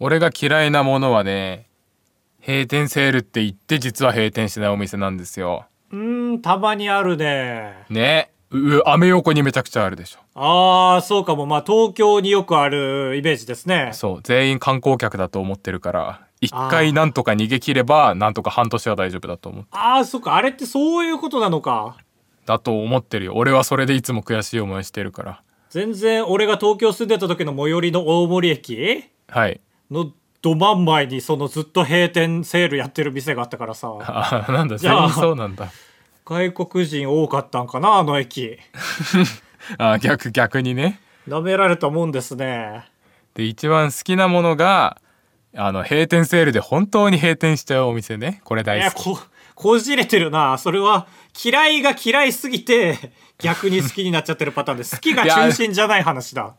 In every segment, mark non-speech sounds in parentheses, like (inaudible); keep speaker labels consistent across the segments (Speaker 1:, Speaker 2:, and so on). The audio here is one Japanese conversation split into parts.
Speaker 1: 俺が嫌いなものはね閉店セールって言って実は閉店してないお店なんですよ
Speaker 2: うーん、たまにあるね。
Speaker 1: ねうアメ横にめちゃくちゃあるでしょ
Speaker 2: ああ、そうかも。まあ、東京によくあるイメージですね。
Speaker 1: そう全員観光客だと思ってるから一回なんとか逃げ切ればなんとか半年は大丈夫だと思う
Speaker 2: ああ、そうか。あれってそういうことなのか。
Speaker 1: だと思ってるよ俺はそれでいつも悔しい思いしてるから
Speaker 2: 全然、俺が東京住んでた時の最寄りの大森駅
Speaker 1: はい
Speaker 2: のど真ん前に、そのずっと閉店セールやってる店があったからさ。
Speaker 1: あなんだ
Speaker 2: じ
Speaker 1: 全
Speaker 2: ゃあ
Speaker 1: 員そうなんだ
Speaker 2: 外国人多かったんかな、あの駅。
Speaker 1: あ逆逆にね
Speaker 2: 舐められたもんですね。
Speaker 1: で一番好きなものがあの閉店セールで本当に閉店しちゃうお店ねこれ
Speaker 2: い
Speaker 1: 大
Speaker 2: や、
Speaker 1: 好き
Speaker 2: こ、こじれてるな。それは、嫌いが嫌いすぎて、逆に好きになっちゃってるパターンで、好きが中心じゃない話だ。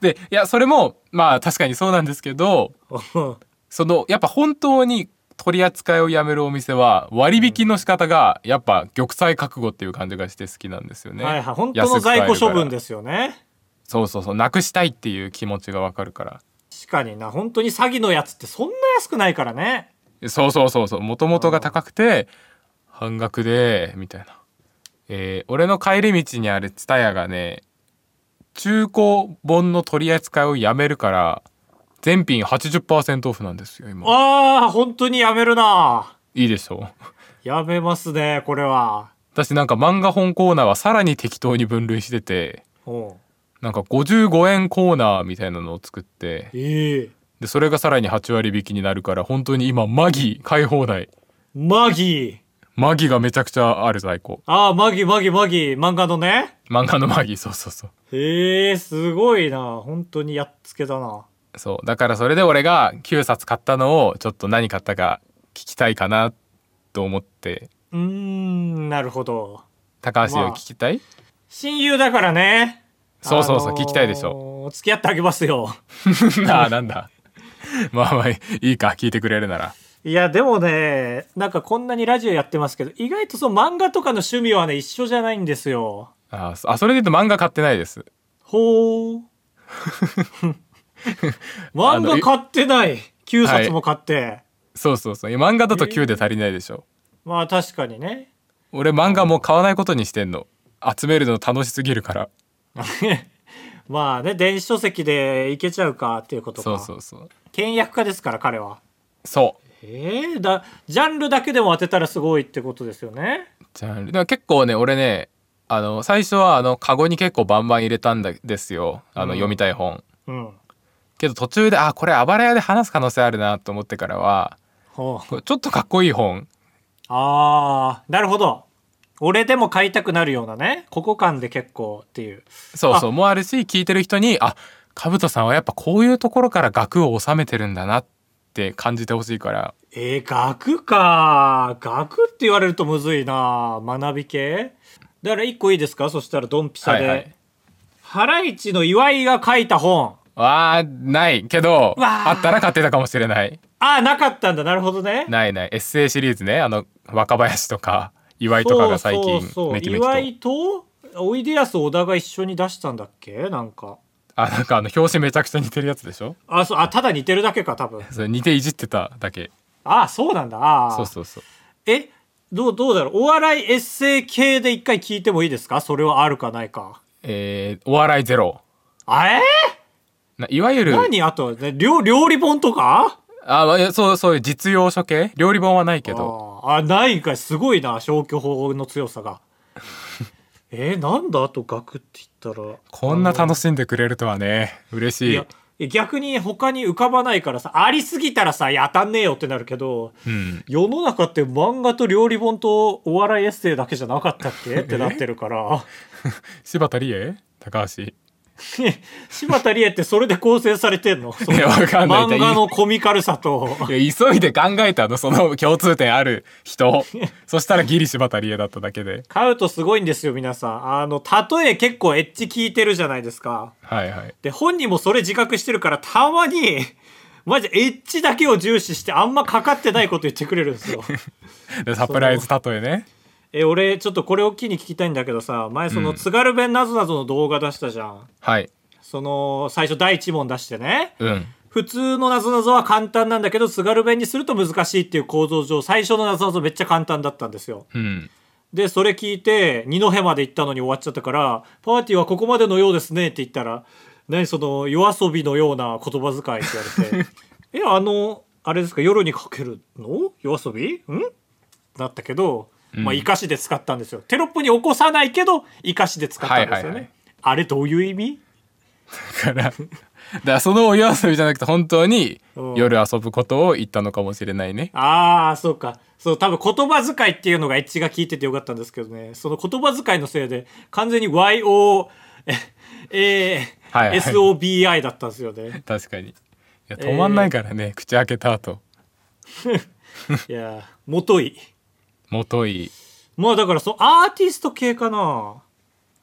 Speaker 1: でいやそれもまあ確かにそうなんですけど
Speaker 2: うん
Speaker 1: そのやっぱ本当に取り扱いをやめるお店は割引の仕方がやっぱ玉砕覚悟っていう感じがして好きなんですよね。。
Speaker 2: はいはい。本当の在庫処分ですすよね。
Speaker 1: そうそうそうなくしたいっていう気持ちがわかるから。
Speaker 2: 確かにな。本当に詐欺のやつってそんな安くないからね。
Speaker 1: そうそうそうそう元々が高くて半額でみたいな。えー俺の帰り道にあるツタヤがね中古本の取り扱いをやめるから全品80%オフなんですよ今。
Speaker 2: ああ、本当にやめるな。
Speaker 1: いいでしょう。
Speaker 2: やめますね、これは。
Speaker 1: 私なんか漫画本コーナーはさらに適当に分類してて
Speaker 2: うん。
Speaker 1: なんか55円コーナーみたいなのを作って
Speaker 2: ええ
Speaker 1: でそれがさらに8割引きになるから本当に今マギ買い放題
Speaker 2: マギー。
Speaker 1: マギがめちゃくちゃある在庫
Speaker 2: ああ、マギーマギーマギー。漫画のね。
Speaker 1: 漫画のマギそうそうそう
Speaker 2: へえ、すごいな。本当にやっつけだな。
Speaker 1: そうだからそれで俺が9冊買ったのをちょっと何買ったか聞きたいかなと思って
Speaker 2: うーん、なるほど。
Speaker 1: 高橋
Speaker 2: ま
Speaker 1: を
Speaker 2: あ
Speaker 1: 聞きたい、
Speaker 2: 親友だからね。
Speaker 1: そうそうそう
Speaker 2: あのー
Speaker 1: 聞きたいでしょ。
Speaker 2: 付き合ってあげますよ。
Speaker 1: (laughs) ああなんだまあまあいいか聞いてくれるなら
Speaker 2: いや、でもね、なんかこんなにラジオやってますけど、意外とその漫画とかの趣味はね、一緒じゃないんですよ。
Speaker 1: あーそあそれで言うと漫画買ってないです (laughs)
Speaker 2: ほー。漫画買ってない。9冊も買
Speaker 1: (laughs)
Speaker 2: って。
Speaker 1: そうそうそういや漫画だと9で足りないでしょ、
Speaker 2: まあ確かにね。
Speaker 1: 俺漫画もう買わないことにしてんの集めるの楽しすぎるから
Speaker 2: まあね、電子書籍でいけちゃうかっていうこと
Speaker 1: そ
Speaker 2: か。
Speaker 1: うそうそう
Speaker 2: 倹約家ですから、彼は。
Speaker 1: そう
Speaker 2: えー、だ、ジャンルだけでも当てたらすごいってことですよね。
Speaker 1: ジャンルでも結構ね俺ねあの最初はあのカゴに結構バンバン入れたんだですよあの、
Speaker 2: うん
Speaker 1: 読みたい本
Speaker 2: うん。
Speaker 1: けど途中であこれ暴れ屋で話す可能性あるなと思ってからは
Speaker 2: ほう。
Speaker 1: これちょっとかっこいい本
Speaker 2: あー、なるほど。俺でも買いたくなるようなね。ここ間で結構っていう。
Speaker 1: そうそうもあるし聞いてる人にあかぶとさんはやっぱこういうところから額を収めてるんだなって感じてほしいから
Speaker 2: えー、学か。学って言われるとむずいな。学び系だから一個いいですかそしたらドンピシャで。ハライチの岩井が書いた本。
Speaker 1: わあないけど
Speaker 2: わー
Speaker 1: あったら買ってたかもしれない
Speaker 2: あー、なかったんだ。なるほどね。
Speaker 1: ないないエッセイシリーズねあの若林とか岩井とかが最近
Speaker 2: そうそうそう
Speaker 1: めきめきと
Speaker 2: 岩井と、おいでやす小田が一緒に出したんだっけなんか。
Speaker 1: あなんかあの表紙めちゃくちゃ似てるやつでしょ
Speaker 2: あ、そう、あ、ただ似てるだけか、多分。
Speaker 1: それ似ていじってただけ
Speaker 2: あー、そうなんだ。あー
Speaker 1: そうそうそう
Speaker 2: えどう、どうだろうお笑いエッセイ系で一回聞いてもいいですかそれはあるかないか。
Speaker 1: えー、お笑いゼロ
Speaker 2: あえ
Speaker 1: ないわゆ
Speaker 2: ー
Speaker 1: る
Speaker 2: 何あと、ね、料料理本とか
Speaker 1: あまあいやそうそういう実用書系料理本はないけど
Speaker 2: あーあ、ないんかい。すごいな、消去法の強さ
Speaker 1: (laughs)
Speaker 2: が。えーなんだあと学って言ったら。
Speaker 1: こんな
Speaker 2: あの
Speaker 1: 楽しんでくれるとはね嬉し
Speaker 2: い
Speaker 1: い
Speaker 2: や、逆に他に浮かばないからさ、ありすぎたらさ、いや当たんねえよってなるけど、
Speaker 1: うん、
Speaker 2: 世の中って漫画と料理本とお笑いエッセイだけじゃなかったっけってなってるから。
Speaker 1: 柴田理恵高橋い
Speaker 2: 柴田理恵ってそれで構成されてんの
Speaker 1: いやわかんない
Speaker 2: 漫画のコミカルさと。
Speaker 1: や急いで考えたのその共通点ある
Speaker 2: (laughs)
Speaker 1: 人そしたらギリ柴田理恵だっただけで
Speaker 2: 買うとすごいんですよ、皆さん。あの、例え結構エッジ効いてるじゃないですか。
Speaker 1: はいはい
Speaker 2: で、本人もそれ自覚してるから、たまに、 (laughs) マジエッジだけを重視してあんまかかってないこと言ってくれるんですよ。
Speaker 1: でサプライズ例えね
Speaker 2: え、俺、ちょっとこれを機に聞きたいんだけどさ、前その津軽弁なぞなぞの動画出したじゃん。
Speaker 1: はい
Speaker 2: その、最初第一問出してね。
Speaker 1: うん
Speaker 2: 普通の謎々は簡単なんだけど、津軽弁にすると難しいっていう構造上、最初の謎々めっちゃ簡単だったんですよ。
Speaker 1: うん。
Speaker 2: で、それ聞いて、二戸まで行ったのに終わっちゃったから、パーティーはここまでのようですねって言ったら、何その夜遊びのような言葉遣いって言われて、 (laughs) いや、あの、あれですか、夜にかけるの夜遊びんだったけど、まあ、
Speaker 1: うん
Speaker 2: 生かしで使ったんですよ。テロップに起こさないけど、生かしで使ったんです
Speaker 1: は
Speaker 2: よね。
Speaker 1: いはいはい
Speaker 2: あれどういう意味
Speaker 1: だから、だからそのお夜遊びじゃなくて本当に
Speaker 2: うん
Speaker 1: 夜遊ぶことを言ったのかもしれないね。
Speaker 2: ああ、そうか。そう、多分言葉遣いっていうのが一致が効いててよかったんですけどね。その言葉遣いのせいで、完全に YO、え、え、
Speaker 1: はいはい
Speaker 2: SOBI だったんですよね。
Speaker 1: 確かに。いや止まんないからね、口開けた後。
Speaker 2: いやー、もとい。
Speaker 1: もとい。
Speaker 2: まあだから、そのアーティスト系かな。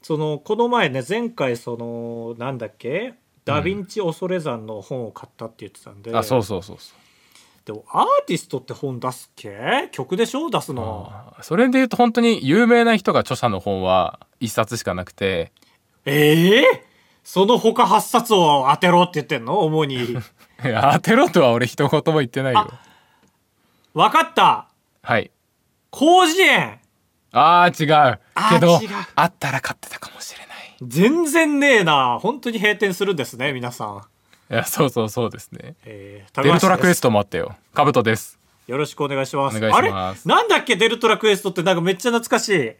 Speaker 2: その、この前ね、前回、その、なんだっけダヴィンチ恐れ山の本を買ったって言ってたんで。
Speaker 1: あ、そうそうそうそう。
Speaker 2: でも、アーティストって本出すっけ曲でしょ出すの。
Speaker 1: あーそれで言うと本当に有名な人が著者の本は一冊しかなくて (laughs)
Speaker 2: ええその他8冊を当てろって言ってんの主に。
Speaker 1: いや当てろとは俺一言も言ってないよ
Speaker 2: わかった
Speaker 1: はい
Speaker 2: 広辞苑
Speaker 1: あー違う
Speaker 2: あ
Speaker 1: け
Speaker 2: ー
Speaker 1: ど
Speaker 2: 違う
Speaker 1: あったら買ってたかもしれない
Speaker 2: 全然ねえな本当に閉店するんですね、皆さん。
Speaker 1: いやそうそうそうですね
Speaker 2: えー、
Speaker 1: デルトラ
Speaker 2: 高橋
Speaker 1: ク
Speaker 2: で
Speaker 1: エ
Speaker 2: す
Speaker 1: ストもあったよカブトです
Speaker 2: よろしくお願いします。
Speaker 1: お願いし
Speaker 2: あ
Speaker 1: ま
Speaker 2: れ
Speaker 1: す
Speaker 2: なんだっけデルトラクエストってなんかめっちゃ懐かしい。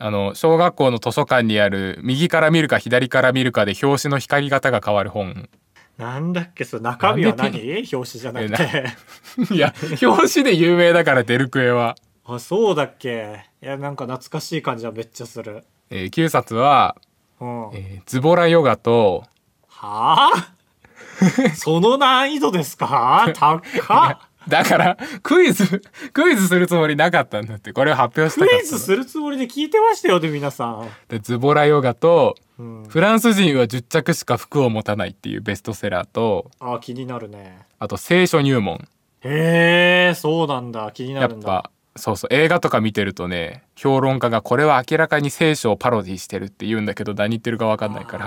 Speaker 1: あの小学校の図書館にある右から見るか左から見るかで表紙の光り方が変わる本 (laughs)
Speaker 2: なんだっけそれ中身は
Speaker 1: なん
Speaker 2: 何
Speaker 1: で
Speaker 2: 表紙じゃなく
Speaker 1: え
Speaker 2: て。
Speaker 1: いや表紙で有名だからデルクエは、
Speaker 2: (laughs) あ、そうだっけいや、なんか懐かしい感じはめっちゃする。
Speaker 1: えー、9冊は、
Speaker 2: うん。は
Speaker 1: えーズボラヨガと
Speaker 2: あその難易度で
Speaker 1: (laughs)
Speaker 2: すか高っ
Speaker 1: だから、クイズ、クイズするつもりなかったんだって、これを発表したか
Speaker 2: ク
Speaker 1: ったの
Speaker 2: イズするつもりで聞いてましたよね、皆さん。
Speaker 1: でズボラヨガと、
Speaker 2: うん。
Speaker 1: フランス人は10着しか服を持たないっていうベストセラーと、
Speaker 2: あ、気になるね。
Speaker 1: あと聖書入門。
Speaker 2: へえ、そうなんだ。気にな
Speaker 1: や
Speaker 2: る
Speaker 1: っ
Speaker 2: んだ。
Speaker 1: ぱ、そうそう、映画とか見てるとね、評論家がこれは明らかに聖書をパロディしてるって言うんだけど、何言ってるかわかんないから。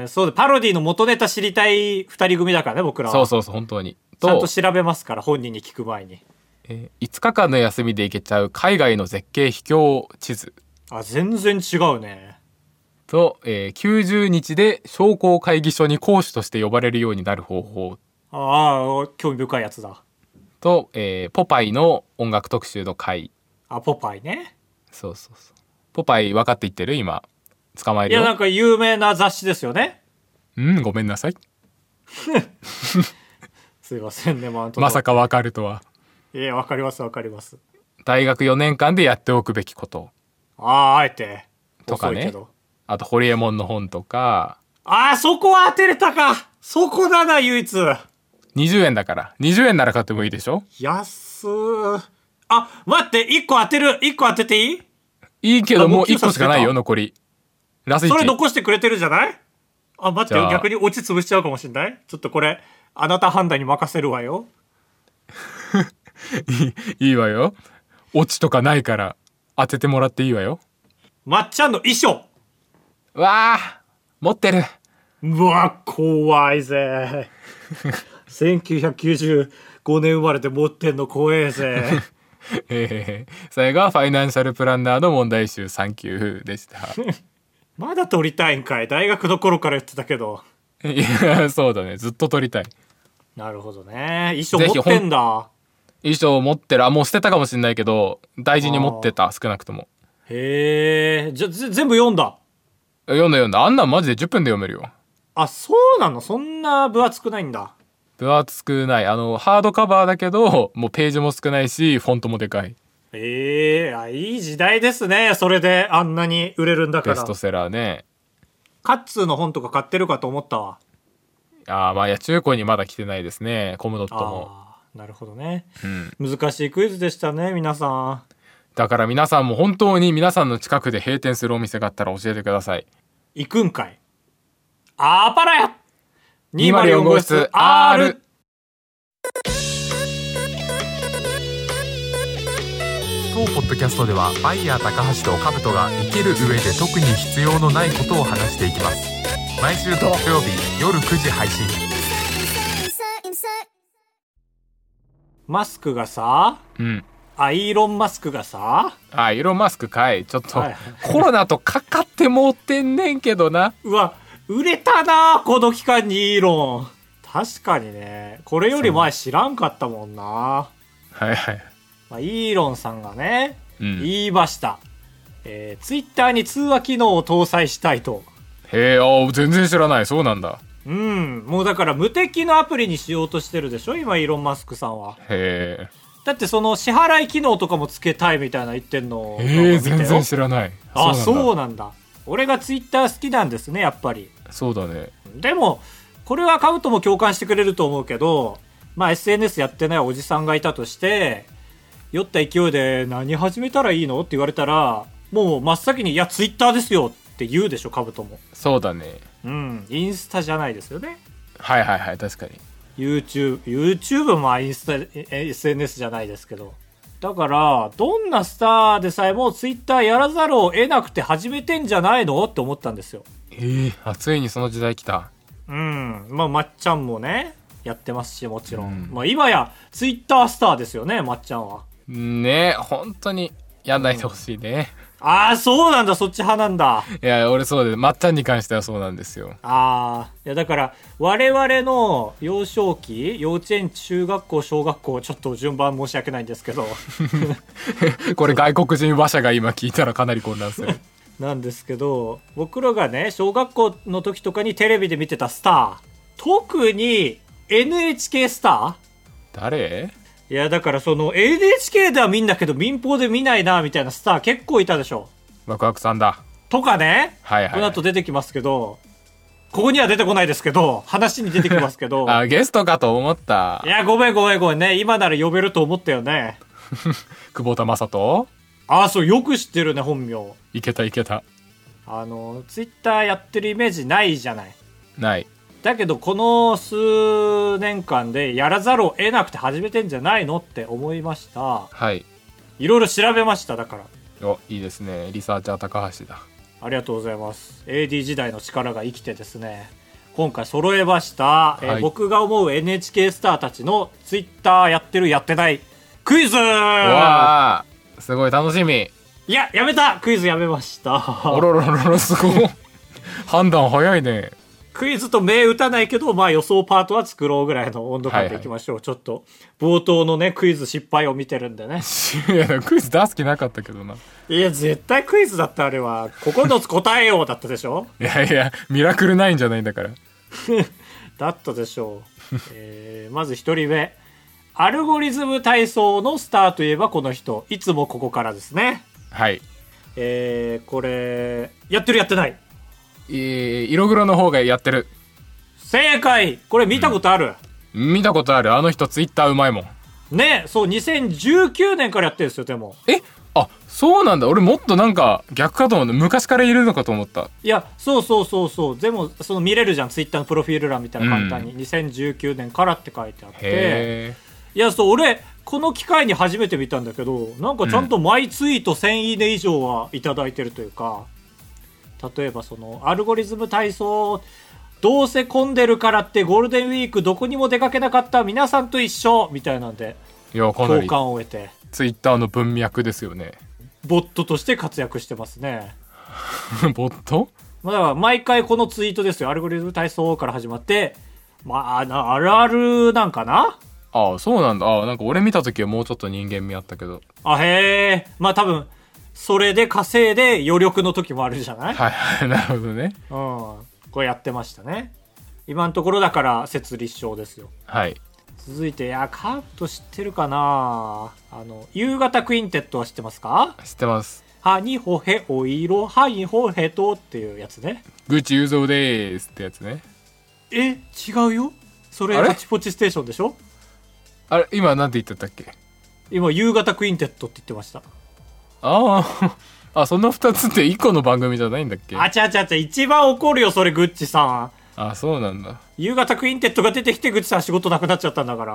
Speaker 2: ら。そうだ、パロディの元ネタ知りたい二人組だからね、僕らは。
Speaker 1: そうそうそう、本当に。
Speaker 2: ちゃん
Speaker 1: と
Speaker 2: と、調べますから、本人に聞く前に。
Speaker 1: えー5日間の休みで行けちゃう海外の絶景秘境地図
Speaker 2: あ、全然違うね。
Speaker 1: と、えー90日で商工会議所に講師として呼ばれるようになる方法
Speaker 2: ああ、興味深いやつだ。
Speaker 1: と、えーポパイの音楽特集の回
Speaker 2: あ、ポパイね。
Speaker 1: そうそうそうポパイ分かって言ってる今捕まえ
Speaker 2: い
Speaker 1: る
Speaker 2: や、な
Speaker 1: よ
Speaker 2: んか有名な雑誌ですよね。
Speaker 1: うんごめんなさい
Speaker 2: すいませんね、マウント。
Speaker 1: まさ
Speaker 2: か。
Speaker 1: か分かるとはい
Speaker 2: や、わかります、わかります。
Speaker 1: 大学4年間でやっておくべきこと
Speaker 2: ああ、あえて。
Speaker 1: とかね
Speaker 2: 遅いけど
Speaker 1: あとホリエモンの本とか
Speaker 2: ああ、そこは当てれたか。そこだな、唯一。
Speaker 1: 20円だから20円なら買ってもいいでしょ
Speaker 2: 安ーあ、待って、一個当てる、一個当てていい
Speaker 1: いいけ
Speaker 2: あ
Speaker 1: ど
Speaker 2: もう
Speaker 1: もう1個しかない
Speaker 2: 九冊出た
Speaker 1: よ残りラス
Speaker 2: それ
Speaker 1: 1
Speaker 2: 残してくれてるじゃないあ、待って
Speaker 1: じゃ
Speaker 2: よ、
Speaker 1: あ
Speaker 2: 逆に落ち潰しちゃうかもしんないちょっとこれ、あなた判断に任せるわよ。
Speaker 1: いいわよオチとかないから当ててもらっていいわよ
Speaker 2: まっちゃんの衣装
Speaker 1: わあ持ってる (laughs)
Speaker 2: うわ、怖いぜ。1995年生まれて持ってんの怖えぜ。
Speaker 1: (laughs) えー、最後はファイナンシャルプランナーの問題集3級でした。 (laughs)
Speaker 2: まだ取りたいんかい。大学の頃から言ってたけど。
Speaker 1: いや、そうだね。ずっと撮りたい。
Speaker 2: なるほどね。衣装
Speaker 1: ぜひ
Speaker 2: 持ってんだ。
Speaker 1: 衣装を持ってる。あ、もう捨てたかもしれないけど、大事に持ってた。少なくとも。
Speaker 2: へえ。じゃ、ぜ全部読んだ。
Speaker 1: え読んだ読んだ。あんなんマジで10分で読めるよ。
Speaker 2: あ、そうなのそんな分厚くないんだ。
Speaker 1: 分厚くない。あの、ハードカバーだけど、もうページも少ないし、フォントもでかい。
Speaker 2: ええあ、いい時代ですね。それであんなに売れるんだか
Speaker 1: ベ
Speaker 2: ら
Speaker 1: ス。トセラーね。
Speaker 2: カッツーの本とか買ってるかと思ったわ。
Speaker 1: あーまあ、いや、中古にまだ来てないですね。コムドットも。
Speaker 2: ああ、なるほどね。
Speaker 1: うん。
Speaker 2: 難しいクイズでしたね、皆さん。
Speaker 1: だから皆さんも本当に皆さんの近くで閉店するお店があったら教えてください。
Speaker 2: 行くんかい。あーパラや
Speaker 1: 204号室 R 当ポッドキャストではバイヤー高橋とカブトが生きる上で特に必要のないことを話していきます毎週土曜日夜9時配信
Speaker 3: Inside, inside,
Speaker 2: マスクがさ
Speaker 1: うん
Speaker 2: あイーロン・マスクがさ
Speaker 1: あイーロン・マスクかいちょっと、
Speaker 2: はい
Speaker 1: コロナとかかってもうてんねんけどな
Speaker 2: うわ売れたなこの期間にイーロン確かにねこれより前知らんかったもんな、
Speaker 1: はいはい
Speaker 2: まあ、イーロンさんがね、
Speaker 1: うん
Speaker 2: 言いました、えー、ツイッターに通話機能を搭載したいと
Speaker 1: へえあ全然知らないそうなんだ
Speaker 2: うんもうだから無敵のアプリにしようとしてるでしょ今イーロン・マスクさんは
Speaker 1: へ
Speaker 2: だってその支払い機能とかもつけたいみたいな言ってんの
Speaker 1: えへえ
Speaker 2: なんか見たよ
Speaker 1: 全然知らない
Speaker 2: あそう
Speaker 1: そうなんだ
Speaker 2: なんだ俺がツイッター好きなんですねやっぱり
Speaker 1: そうだね
Speaker 2: でもこれはカウトも共感してくれると思うけどまあ SNS やってないおじさんがいたとして酔った勢いで何始めたらいいのって言われたらもう真っ先に「いやツイッターですよ」って言うでしょカブトも
Speaker 1: そうだね
Speaker 2: うんインスタじゃないですよね
Speaker 1: はいはいはい確かに
Speaker 2: YouTube, YouTube もインスタえ SNS じゃないですけどだからどんなスターでさえも Twitter やらざるを得なくて始めてんじゃないのって思ったんですよ
Speaker 1: ええあついにその時代来た
Speaker 2: うんまあまっちゃんもねやってますしもちろん、
Speaker 1: うん
Speaker 2: まあ、今や Twitter スターですよねまっちゃんは
Speaker 1: ねえ本当にやんないでほしいね、 (laughs)
Speaker 2: ああそうなんだそっち派なんだ
Speaker 1: いや俺そうでまっちゃんに関してはそうなんですよ
Speaker 2: ああいやだから我々の幼少期幼稚園中学校小学校ちょっと順番申し訳ないんですけど (laughs)
Speaker 1: これ外国人話者が今聞いたらかなり混乱す
Speaker 2: (laughs)
Speaker 1: る
Speaker 2: なんですけど僕らがね小学校の時とかにテレビで見てたスター特に NHK スタ
Speaker 1: 誰
Speaker 2: ーいやだからその NHK では見んだけど民放で見ないなみたいなスター結構いたでしょ
Speaker 1: ワクワクさんだ
Speaker 2: とかね、
Speaker 1: はい
Speaker 2: この
Speaker 1: はい
Speaker 2: 後出てきますけどここには出てこないですけど話に出てきますけ
Speaker 1: (laughs)
Speaker 2: ど
Speaker 1: あゲストかと思った
Speaker 2: いやごめんごめんごめんね今なら呼べると思ったよね
Speaker 1: 久保田雅人
Speaker 2: ああそうよく知ってるね本名
Speaker 1: いけたいけた
Speaker 2: あのツイッターやってるイメージないじゃない
Speaker 1: ない
Speaker 2: だけどこの数年間でやらざるを得なくて始めてんじゃないのって思いました
Speaker 1: はい
Speaker 2: いろいろ調べましただから
Speaker 1: おいいですねリサーチャー高橋だ
Speaker 2: ありがとうございます AD 時代の力が生きてですね今回揃えました、えー
Speaker 1: はい
Speaker 2: 僕が思う NHK スターたちのツイッターやってるやってないクイズ
Speaker 1: うわあすごい楽しみ
Speaker 2: いややめたクイズやめまし
Speaker 1: (laughs) お
Speaker 2: た
Speaker 1: ろろろろすごい (laughs) 判断早いね
Speaker 2: クイズと銘打たないけどまあ予想パートは作ろうぐらいの温度感でいきましょう、ちょっと冒頭のねクイズ失敗を見てるんでね
Speaker 1: いやクイズ出す気なかったけどない
Speaker 2: や、絶対クイズだった、あれは。9つ答えようだったでしょ
Speaker 1: いやいやミラクルないんじゃないんだから
Speaker 2: だったでしょう。 (laughs) えーまず1人目。アルゴリズム体操のスターといえばこの人。いつもここからですね。
Speaker 1: はい
Speaker 2: えーこれ、やってるやってない。
Speaker 1: えー色黒の方がやってる
Speaker 2: 正解これ見たことある、
Speaker 1: 見たことあるあの人ツイッターうまいもん
Speaker 2: ね、そう、2019年からやってるんですよ、でも。
Speaker 1: えあそうなんだ俺もっとなんか逆かと思った昔からいるのかと思った
Speaker 2: いや、そうそうそうそう。でも、その見れるじゃん、ツイッターのプロフィール欄みたいな簡単に。2019年からって書いてあって。
Speaker 1: へえ
Speaker 2: いや、そう、俺、この機会に初めて見たんだけど、なんかちゃんと毎ツイート1000いいね以上はいただいてるというか、例えばその、アルゴリズム体操、どうせ混んでるからってゴールデンウィークどこにも出かけなかった皆さんと一緒みたいなんで、
Speaker 1: いやかな
Speaker 2: 共
Speaker 1: り
Speaker 2: 感を得て、
Speaker 1: ツイッターの文脈ですよね
Speaker 2: ボットとして活躍してますね。
Speaker 1: (laughs) ボット
Speaker 2: まあ、だから毎回このツイートですよ。アルゴリズム体操から始まって、まあ、なあるあるなんかな
Speaker 1: ああそうなんだああなんか俺見た時はもうちょっと人間味あったけど
Speaker 2: あ、へえ。まあ多分、それで稼いで余力の時もあるじゃない
Speaker 1: はいはい (laughs) なるほどね
Speaker 2: うん、これやってましたね今のところだから設立証ですよ
Speaker 1: はい
Speaker 2: 続いていやカート知ってるかなあの夕方クインテットは知ってますか
Speaker 1: 知ってます
Speaker 2: 「はにほへおいろはにほへと」っていうやつね
Speaker 1: グッチ雄三でーすってやつね
Speaker 2: え違うよそれ
Speaker 1: あれ
Speaker 2: ハチポチステーションでしょ
Speaker 1: あれ今なんて言ってたっけ
Speaker 2: 今夕方クインテットって言ってました
Speaker 1: あああその2つって1個の番組じゃないんだっけ
Speaker 2: あちゃあちゃあちゃ一番怒るよそれグッチさん
Speaker 1: あそうなんだ
Speaker 2: 夕方クインテットが出てきてグッチさん仕事なくなっちゃったんだから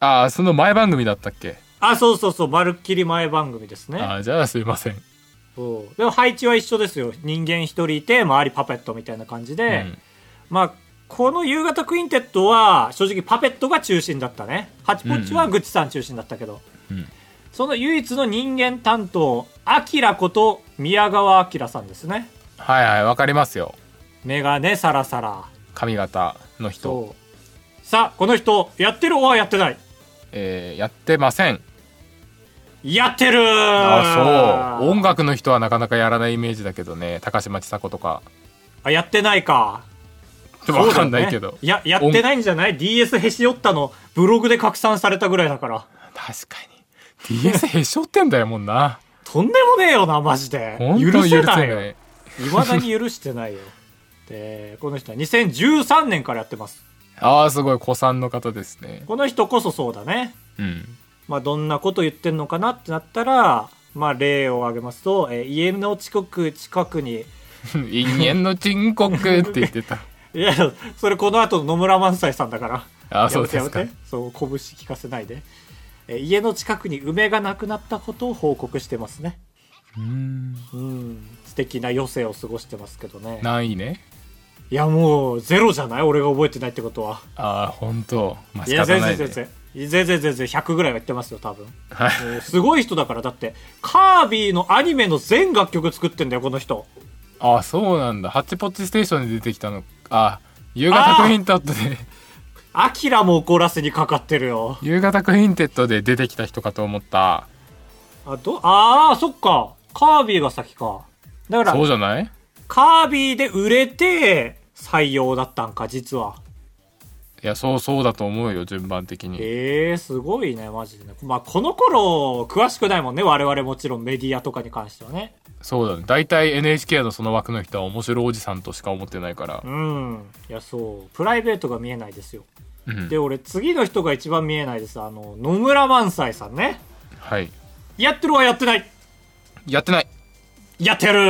Speaker 1: ああその前番組だったっけ
Speaker 2: あそうそうそうまるっきり前番組ですね
Speaker 1: ああじゃあすいません
Speaker 2: そうでも配置は一緒ですよ人間一人いて周りパペットみたいな感じで、
Speaker 1: うん
Speaker 2: まあこの夕方クインテットは正直パペットが中心だったねハチポッチはグッチさん中心だったけど、
Speaker 1: うん
Speaker 2: その唯一の人間担当アキラこと宮川明さんですね
Speaker 1: はいはいわかりますよ
Speaker 2: メガネサラサラ
Speaker 1: 髪型の人、
Speaker 2: そうさあこの人やってるおはやってない
Speaker 1: えーやってません
Speaker 2: やってる
Speaker 1: あそう音
Speaker 2: 楽
Speaker 1: 楽の人はなかなかやらないイメージだけどね高嶋ちさ子とか
Speaker 2: あやってないか
Speaker 1: でもわかんないけど、
Speaker 2: そうだよね、ややってないんじゃない DS へし折ったのブログで拡散されたぐらいだから
Speaker 1: 確かに DS へし折ってんだよもんな
Speaker 2: とんでもねえよなマジで
Speaker 1: 本
Speaker 2: (laughs) 許
Speaker 1: 当に許
Speaker 2: せ
Speaker 1: せ
Speaker 2: な
Speaker 1: ない
Speaker 2: よ
Speaker 1: い
Speaker 2: いまだに許してないよでこの人は2013年からやってます
Speaker 1: ああすごい子さんの方ですね
Speaker 2: この人こそそうだね (laughs)
Speaker 1: うん
Speaker 2: まあどんなこと言ってんのかなってなったらまあ例を挙げますと、えー家の近く近くに
Speaker 1: 因縁の沈黙って言ってた
Speaker 2: いやそれこの後の野村萬斎さんだから
Speaker 1: ああ
Speaker 2: や
Speaker 1: そ
Speaker 2: め
Speaker 1: う
Speaker 2: て
Speaker 1: で
Speaker 2: や
Speaker 1: す
Speaker 2: め
Speaker 1: か
Speaker 2: てそう拳聞かせないで、えー家の近くに梅がなくなったことを報告してますね
Speaker 1: うん
Speaker 2: うん素敵な余生を過ごしてますけどね
Speaker 1: 何位ね
Speaker 2: いやもうゼロじゃない俺が覚えてないってことは
Speaker 1: ああ本当まあ
Speaker 2: い
Speaker 1: 仕
Speaker 2: や
Speaker 1: 方
Speaker 2: 全
Speaker 1: な
Speaker 2: 然
Speaker 1: いね
Speaker 2: 全然全然全然100ぐらいは言ってますよ多分
Speaker 1: はい
Speaker 2: もうすごい人だからだってカービィのアニメの全楽曲作ってんだよこの人
Speaker 1: ああそうなんだハッチポッチステーションに出てきたのあ夕方クインテットで (laughs)
Speaker 2: アキラも怒らせにかかってるよ
Speaker 1: 夕方クインテットで出てきた人かと思った
Speaker 2: あどあーそっかカービィが先かだか
Speaker 1: そう
Speaker 2: ら
Speaker 1: じゃない
Speaker 2: カービィで売れて採用だったんか実はい
Speaker 1: やそうそうだと思うよ順番的に
Speaker 2: えー、すごいねマジでねまあこの頃詳しくないもんね我々もちろんメディアとかに関してはね
Speaker 1: そうだね大体 NHK のその枠の人は面白おじさんとしか思ってないから
Speaker 2: うんいやそうプライベートが見えないですよ
Speaker 1: うん
Speaker 2: で俺次の人が一番見えないですあの野村萬斎さんね
Speaker 1: はい
Speaker 2: やってるはやってない
Speaker 1: やってない
Speaker 2: やってる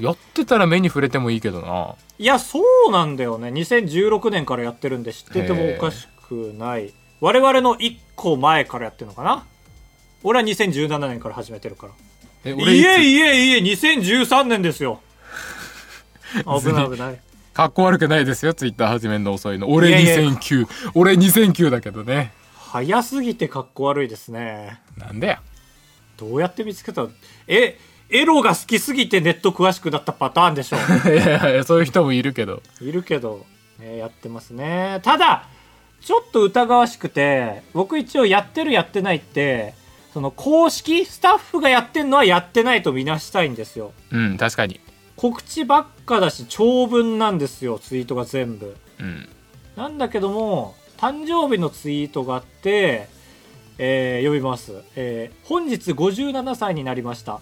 Speaker 1: やってたら目に触れてもいいけどない
Speaker 2: やそうなんだよね2016年からやってるんで知ってても
Speaker 1: へ
Speaker 2: お
Speaker 1: ー
Speaker 2: かしくない我々の1個前からやってるのかな俺は2017年から始めてるから
Speaker 1: え
Speaker 2: いえ
Speaker 1: い
Speaker 2: いえいえ2013年ですよ (laughs) 危ない危ない
Speaker 1: つかっこ悪くないですよツイッター始めるの遅いの俺
Speaker 2: いやいや
Speaker 1: 2009俺2009だけどね
Speaker 2: 早すぎてかっこ悪いですね
Speaker 1: なんでや
Speaker 2: どうやって見つけたのえエロが好きすぎてネット詳しくなったパターンでしょ
Speaker 1: いやいやそういう人もいるけど
Speaker 2: いるけど、えーやってますねただちょっと疑わしくて僕一応やってるやってないってその公式スタッフがやってんのはやってないとみなしたいんですよ
Speaker 1: うん確かに
Speaker 2: 告知ばっかだし長文なんですよツイートが全部
Speaker 1: うん
Speaker 2: なんだけども、誕生日のツイートがあって、えー読みます、えー本日57歳になりました。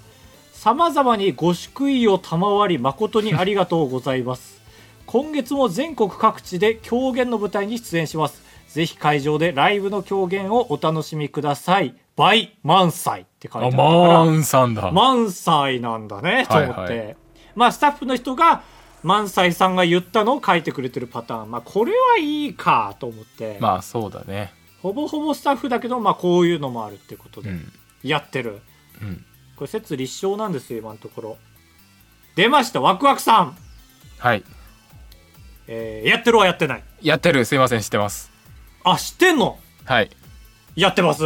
Speaker 2: 様々にご祝儀を賜り誠にありがとうございます。 (laughs) 今月も全国各地で狂言の舞台に出演します。ぜひ会場でライブの狂言をお楽しみください。バイ満載って書いてあ
Speaker 1: あ
Speaker 2: るから
Speaker 1: マーンさんだ
Speaker 2: 満載なんだねと
Speaker 1: はい
Speaker 2: 思
Speaker 1: は
Speaker 2: っ
Speaker 1: い
Speaker 2: て、まあスタッフの人が満載さんが言ったのを書いてくれてるパターンまあこれはいいかと思って、
Speaker 1: まあそうだね
Speaker 2: ほぼほぼスタッフだけどまあこういうのもあるってこと
Speaker 1: う
Speaker 2: で
Speaker 1: ん
Speaker 2: やってる、
Speaker 1: うん
Speaker 2: これ説立証なんですよ今のところ出ましたワクワクさん、
Speaker 1: はい
Speaker 2: えーやってるはやってない
Speaker 1: やってるすいません知ってます
Speaker 2: あ知ってんの
Speaker 1: はい
Speaker 2: やってます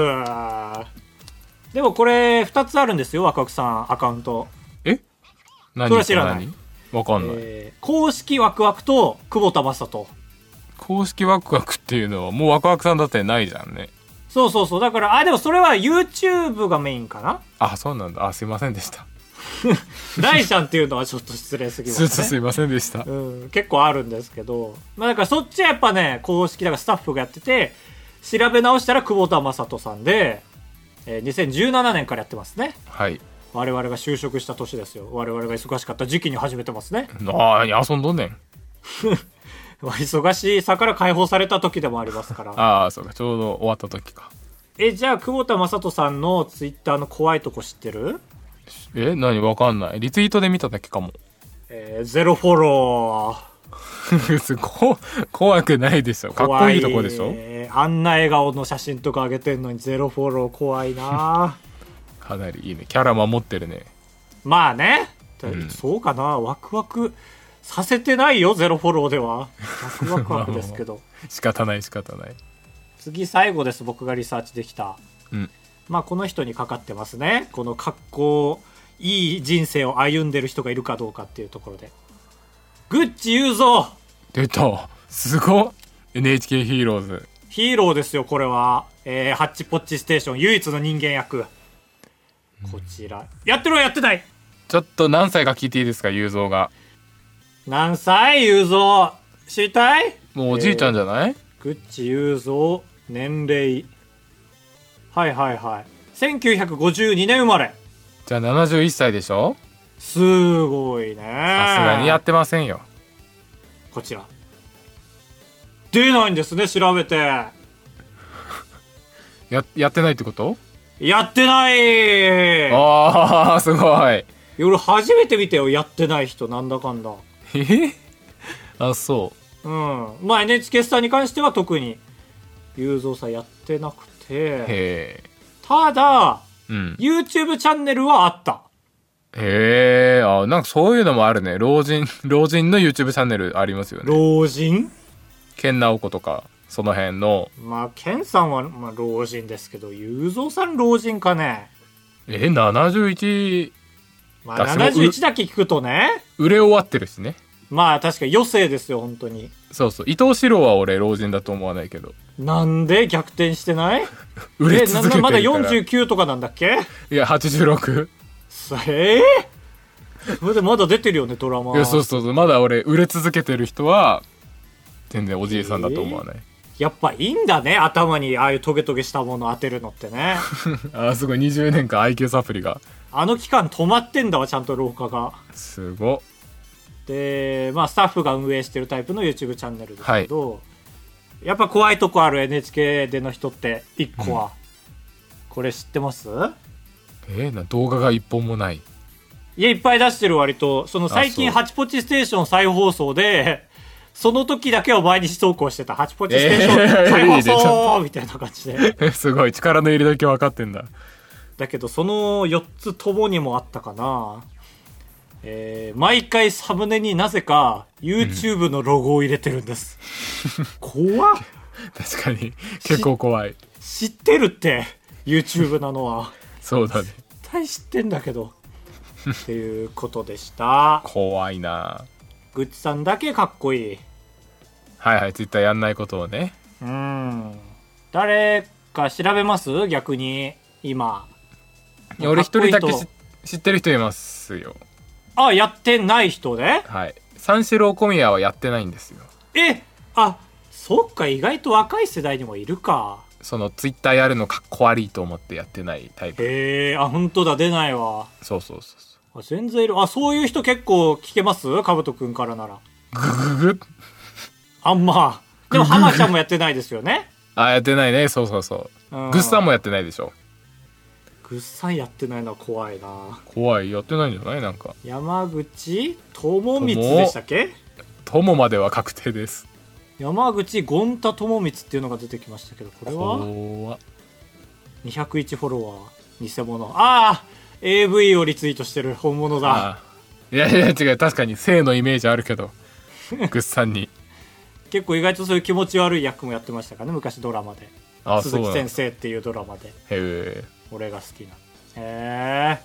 Speaker 2: でもこれ2つあるんですよワクワクさんアカウント
Speaker 1: え何
Speaker 2: それは知らない
Speaker 1: 何わかんない、
Speaker 2: えー公式ワクワクと久保田正人
Speaker 1: 公式ワクワクっていうのはもうワクワクさんだってないじゃんね
Speaker 2: そうそうそう。だから、あ、でもそれは YouTube がメイン
Speaker 1: (laughs)
Speaker 2: かな
Speaker 1: あそうなんだあすいませんでした
Speaker 2: 大ちゃんっていうのはちょっと失礼すぎますす
Speaker 1: い
Speaker 2: ね。
Speaker 1: すいませんでした
Speaker 2: うん、結構あるんですけど。まあだからそっちはやっぱね、公式だからスタッフがやってて、調べ直したら久保田正人さんで、えー2017年からやってますね。
Speaker 1: はい
Speaker 2: 我々が就職した年ですよ。我々が忙しかった時期に始めてますね。
Speaker 1: なあに遊んどんねん
Speaker 2: まあ忙しいさから解放された時でもありますから。
Speaker 1: (laughs) ああそうかちょうど終わった時か
Speaker 2: え、じゃあ久保田正人さんのツイッターの怖いとこ知ってる
Speaker 1: え何わかんないリツイートで見ただけかも (laughs)
Speaker 2: えーゼロフォロー。
Speaker 1: すご怖くないでしょかっこいいとこでしょ
Speaker 2: 怖いねあんな笑顔の写真とか上げてんのにゼロフォロー怖
Speaker 1: (laughs)
Speaker 2: いな
Speaker 1: かなりいいねキャラ守ってるね
Speaker 2: まあね、
Speaker 1: ん
Speaker 2: そうかなワクワクさせてないよゼロフォローではワクワクワクですけ
Speaker 1: (laughs)
Speaker 2: ど
Speaker 1: 仕方ない仕方ない
Speaker 2: 次最後です僕がリサーチできた
Speaker 1: うん
Speaker 2: まあこの人にかかってますねこの格好いい人生を歩んでる人がいるかどうかっていうところでグッチ雄三
Speaker 1: 出たすごっ NHK ヒーローズ
Speaker 2: ヒーローですよこれは、えーハッチポッチステーション唯一の人間役こちらやってるわやってない
Speaker 1: ちょっと何歳か聞いていいですか雄三が
Speaker 2: 何歳雄三知りたい
Speaker 1: もうおじいちゃんじゃない、
Speaker 2: グッチ雄三年齢はいはいはい1952年生まれ
Speaker 1: じゃあ71歳でしょ
Speaker 2: すごいね
Speaker 1: さすがにやってませんよ
Speaker 2: こちら出ないんですね調べて
Speaker 1: ややってないってこと
Speaker 2: やってない
Speaker 1: ああすごい
Speaker 2: 俺初めて見てよやってない人なんだかんだ
Speaker 1: えあそう
Speaker 2: うんまあ NHK スターに関しては特に雄三さんやってなくて
Speaker 1: へ
Speaker 2: ただ
Speaker 1: えうん
Speaker 2: YouTube チャンネルはあった
Speaker 1: へえあなんかそういうのもあるね老人老人の YouTube チャンネルありますよね
Speaker 2: 老人
Speaker 1: ケンナオコとかその辺の
Speaker 2: まあ健さんは、まあ、老人ですけど雄三さん老人かね
Speaker 1: え71
Speaker 2: まあ
Speaker 1: だからその
Speaker 2: 71だけ聞くとね
Speaker 1: 売れ終わってるしね
Speaker 2: まあ確か余生ですよ本当に
Speaker 1: そうそう伊藤四郎は俺老人だと思わないけど
Speaker 2: なんで逆転してない
Speaker 1: 売
Speaker 2: え
Speaker 1: れ
Speaker 2: な
Speaker 1: 続けてる
Speaker 2: ま
Speaker 1: か
Speaker 2: だ
Speaker 1: ら
Speaker 2: 49とかなんだっけ
Speaker 1: いや86
Speaker 2: さえー、まだまだ出てるよねドラマ
Speaker 1: いやそうそうそうまだ俺売れ続けてる人は全然おじいさんだと思わない、
Speaker 2: やっぱいいんだね頭にああいうトゲトゲしたもの当てるのってね
Speaker 1: あーすごい20年間 IQ サプリが
Speaker 2: あの期間止まってんだわちゃんと老化が
Speaker 1: すごっ
Speaker 2: でまあスタッフが運営してるタイプの YouTube チャンネルですけど、やっぱ怖いとこある NHK での人って一個は、これ知ってます
Speaker 1: えーな動画が一本もない (laughs)
Speaker 2: いやいっぱい出してる割とその最近「
Speaker 1: あそ
Speaker 2: ハチポチステーション」再放送で (laughs) その時だけは毎日投稿してた「ハチポチステーショ
Speaker 1: え
Speaker 2: ン
Speaker 1: ーい
Speaker 2: 再
Speaker 1: い
Speaker 2: 放
Speaker 1: ねちょ
Speaker 2: 送」みたいな感じで
Speaker 1: えすごい力の入れだけ分かってんだ
Speaker 2: だけどその4つともにもあったかな、えー毎回サムネになぜか YouTube のロゴを入れてるん
Speaker 1: (laughs)
Speaker 2: です、怖っ
Speaker 1: 確かに結構怖い
Speaker 2: 知ってるって YouTube なのは
Speaker 1: そうだね
Speaker 2: 絶対知ってんだけどっていうことでした
Speaker 1: 怖いな
Speaker 2: グッチさんだけかっこいい
Speaker 1: はいはいツイッターやんないことをね
Speaker 2: うん誰か調べます逆に今
Speaker 1: いや俺一人だけ
Speaker 2: かっこいい
Speaker 1: し知ってる人いますよ
Speaker 2: とあやってない人で
Speaker 1: はい三四郎小宮はやってないんですよ
Speaker 2: えあそっか意外と若い世代にもいるか
Speaker 1: そのツイッターやるのかっこ悪いと思ってやってないタイプ
Speaker 2: へえあ本当だ出ないわ
Speaker 1: そうそうそうそ
Speaker 2: あ全然いるあそういう人結構聞けますかぶとくんからなら
Speaker 1: うグググ
Speaker 2: あんまでも浜ちゃんもやってないですよね
Speaker 1: あやってないねそうそうそう
Speaker 2: うん
Speaker 1: グッさんもやってないでしょ
Speaker 2: ぐっさんやってないのは怖いな
Speaker 1: 怖いやってないんじゃないなんか
Speaker 2: 山口智光でしたっけ
Speaker 1: 友までは確定です
Speaker 2: 山口権太智光っていうのが出てきましたけどこれは
Speaker 1: 怖っ
Speaker 2: 201フォロワー偽物ああ AV をリツイートしてる本物だ
Speaker 1: あいやいや違う確かに性のイメージあるけ
Speaker 2: (laughs)
Speaker 1: どグッさんに
Speaker 2: 結構意外とそういう気持ち悪い役もやってましたからね昔ドラマで
Speaker 1: あ
Speaker 2: 鈴
Speaker 1: そうな
Speaker 2: 木
Speaker 1: んだへ
Speaker 2: 先生っていうドラマで
Speaker 1: え
Speaker 2: 俺が好きなへえ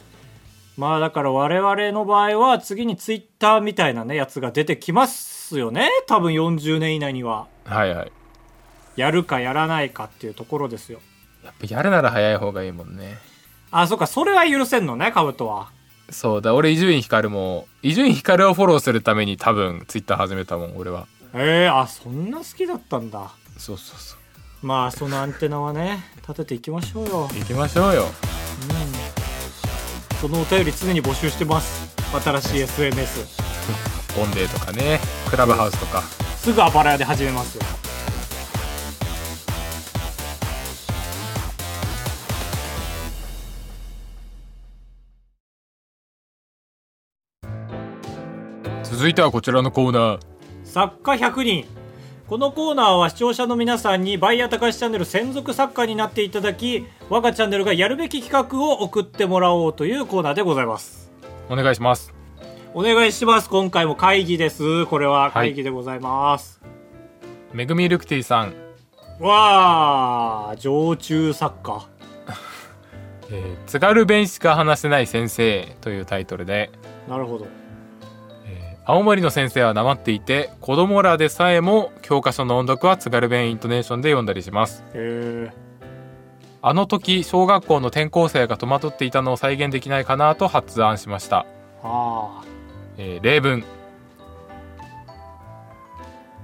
Speaker 2: まあだから我々の場合は次にツイッターみたいなねやつが出てきますよね多分40年以内には
Speaker 1: はいはい
Speaker 2: やるかやらないかっていうところですよ
Speaker 1: やっぱやるなら早い方がいいもんね
Speaker 2: あそっかそれは許せんのねカブトは
Speaker 1: そうだ俺伊集院光も伊集院光をフォローするために多分ツイッター始めたもん俺は
Speaker 2: ええあそんな好きだったんだ
Speaker 1: そうそうそ
Speaker 2: まあそのアンテナはね立てていきましょうよ
Speaker 1: う行きましょうよ
Speaker 2: そのお便り常に募集してます新しい SNS
Speaker 1: オンデーとかねクラブハウスとか
Speaker 2: すぐアパラ屋で始めますよ
Speaker 1: 続いてはこちらのコーナー
Speaker 2: 作家100人このコーナーは視聴者の皆さんにバイヤー高橋チャンネル専属作家になっていただき我がチャンネルがやるべき企画を送ってもらおうというコーナーでございます
Speaker 1: お願いします
Speaker 2: お願いします今回も会議ですこれは
Speaker 1: はい
Speaker 2: 会議でございます、
Speaker 1: めぐみルクティさん、
Speaker 2: わあ常駐作家
Speaker 1: えー津軽弁しか話せない先生というタイトルで、
Speaker 2: なるほど
Speaker 1: えー青森の先生は黙っていて、子供らでさえも教科書の音読は津軽弁イントネーションで読んだりします。
Speaker 2: へえ
Speaker 1: あの時、小学校の転校生が戸惑っていたのを再現できないかなと発案しました。
Speaker 2: あ
Speaker 1: えー例文